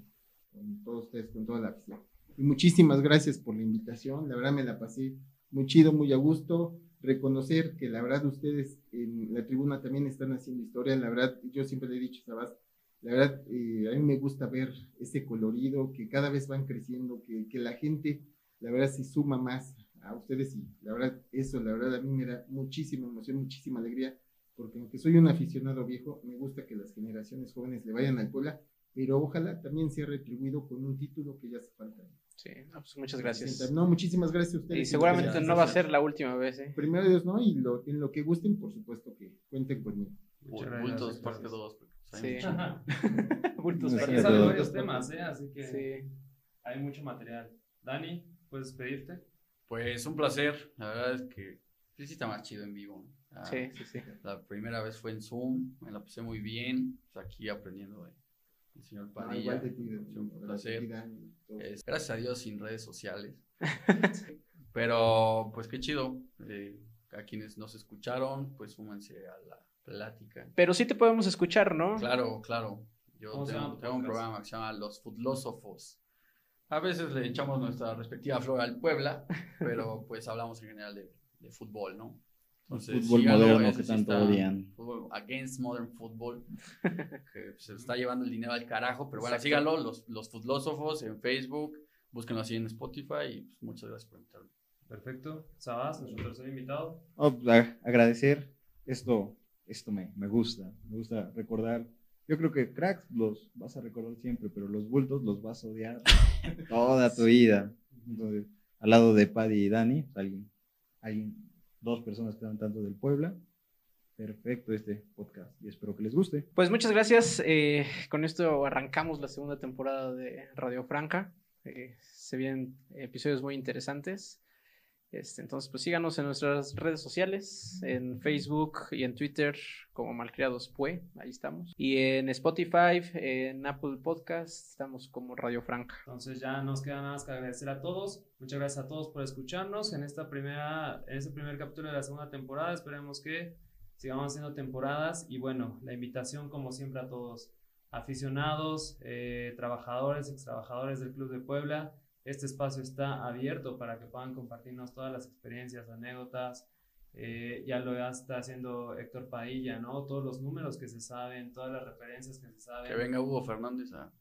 S8: con todos ustedes, con toda la afición. Y muchísimas gracias por la invitación, la verdad me la pasé muy chido, muy a gusto, reconocer que la verdad ustedes en la tribuna también están haciendo historia, la verdad yo siempre le he dicho, Sabás, la verdad eh, a mí me gusta ver ese colorido que cada vez van creciendo, que, que la gente la verdad se suma más a ustedes y la verdad eso, la verdad a mí me da muchísima emoción, muchísima alegría porque aunque soy un aficionado viejo, me gusta que las generaciones jóvenes le vayan al Puebla, pero ojalá también sea retribuido con un título que ya hace falta.
S6: Sí, no, pues muchas gracias.
S8: No, muchísimas gracias a ustedes.
S6: Y seguramente
S8: Gracias.
S6: no va a ser la última vez, ¿eh?
S8: Primero Dios, ¿no? Y lo- en lo que gusten, por supuesto que cuenten conmigo.
S4: Muchas gracias,
S7: Bultos
S4: muchas
S7: parte
S4: gracias.
S7: 2. porque, o sea,
S6: Sí.
S7: hay mucho.
S6: Bultos
S5: Aquí
S4: Aquí
S6: para
S5: sale
S4: salen
S6: todos.
S4: varios temas, ¿eh? Así que
S6: Sí.
S4: hay mucho material. Dani, ¿puedes pedirte?
S7: Pues un placer, la verdad es que sí, sí está más chido en vivo. ¿no? Ah,
S6: Sí, sí, sí.
S7: La primera vez fue en Zoom, me la pasé muy bien, pues aquí aprendiendo de- del señor
S8: Ah,
S7: Padilla.
S8: igual te pido,
S7: es un
S8: la
S7: placer.
S8: vida y todo.
S7: Es- gracias a Dios sin redes sociales. Pero pues qué chido. eh, a quienes nos escucharon, pues súmanse a la plática.
S6: Pero sí te podemos escuchar, ¿no?
S7: Claro, claro. Yo
S4: ¿Cómo se llama
S7: tengo,
S4: tu
S7: tengo un
S4: podcast?
S7: programa que se llama Los Futlósofos. A veces le echamos nuestra respectiva flor al Puebla, pero pues hablamos en general de, de fútbol, ¿no?
S5: fútbol
S7: síganlo,
S5: moderno
S7: ese
S5: que
S7: sí
S5: tanto
S7: está-
S5: odian.
S7: fútbol against modern football, que se está llevando el dinero al carajo, pero bueno,
S6: Exacto.
S7: síganlo, los, los futlósofos en Facebook, búsquenlo así en Spotify y pues, muchas gracias por invitarme.
S4: Perfecto. Sabás, nuestro tercer invitado.
S5: Oh, pues, a- agradecer. Esto, esto me, me gusta. Me gusta recordar. Yo creo que cracks los vas a recordar siempre, pero los bultos los vas a odiar toda tu vida. Entonces, al lado de Paddy y Dani, pues, alguien, alguien, dos personas que dan tanto del Puebla. Perfecto este podcast y espero que les guste.
S6: Pues muchas gracias. eh, con esto arrancamos la segunda temporada de Radio Franca. Eh, se vienen episodios muy interesantes. Este, entonces, pues síganos en nuestras redes sociales, en Facebook y en Twitter como Malcriados Pue, ahí estamos. Y en Spotify, en Apple Podcast, estamos como Radio Franca.
S4: Entonces ya nos queda nada más que agradecer a todos. Muchas gracias a todos por escucharnos en esta primera, en este primer capítulo de la segunda temporada. Esperemos que sigamos haciendo temporadas. Y bueno, la invitación como siempre a todos, aficionados, eh, trabajadores, extrabajadores del Club de Puebla. Este espacio está abierto para que puedan compartirnos todas las experiencias, anécdotas. Eh, ya lo está haciendo Héctor Padilla, ¿no? Todos los números que se saben, todas las referencias que se saben.
S7: Que venga Hugo Fernández a...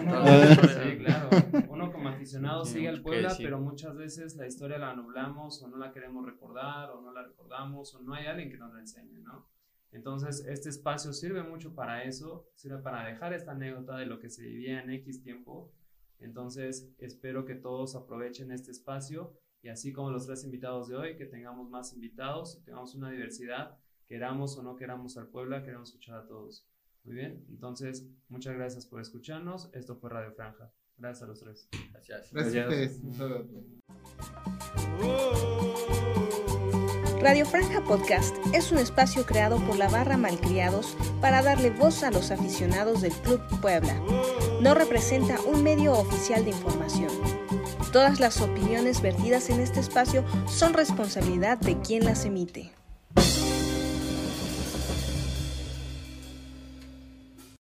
S4: Uno,
S7: Ah.
S4: sí, claro. Uno como aficionado
S7: Tiene
S4: sigue al
S7: mucho que
S4: Puebla,
S7: decir.
S4: pero muchas veces la historia la nublamos o no la queremos recordar o no la recordamos o no hay alguien que nos la enseñe, ¿no? Entonces, este espacio sirve mucho para eso, sirve para dejar esta anécdota de lo que se vivía en X tiempo. Entonces, espero que todos aprovechen este espacio y así como los tres invitados de hoy, que tengamos más invitados, que tengamos una diversidad, queramos o no queramos al Puebla, queremos escuchar a todos. Muy bien, entonces, muchas gracias por escucharnos. Esto fue Radio Franja. Gracias a los tres.
S7: Gracias.
S8: Gracias a
S5: Gracias.
S8: ustedes. Un saludo a todos.
S1: Oh, oh, oh, oh.
S2: Radio Franja Podcast es un espacio creado por la barra Malcriados para darle voz a los aficionados del Club Puebla. No representa un medio oficial de información. Todas las opiniones vertidas en este espacio son responsabilidad de quien las emite.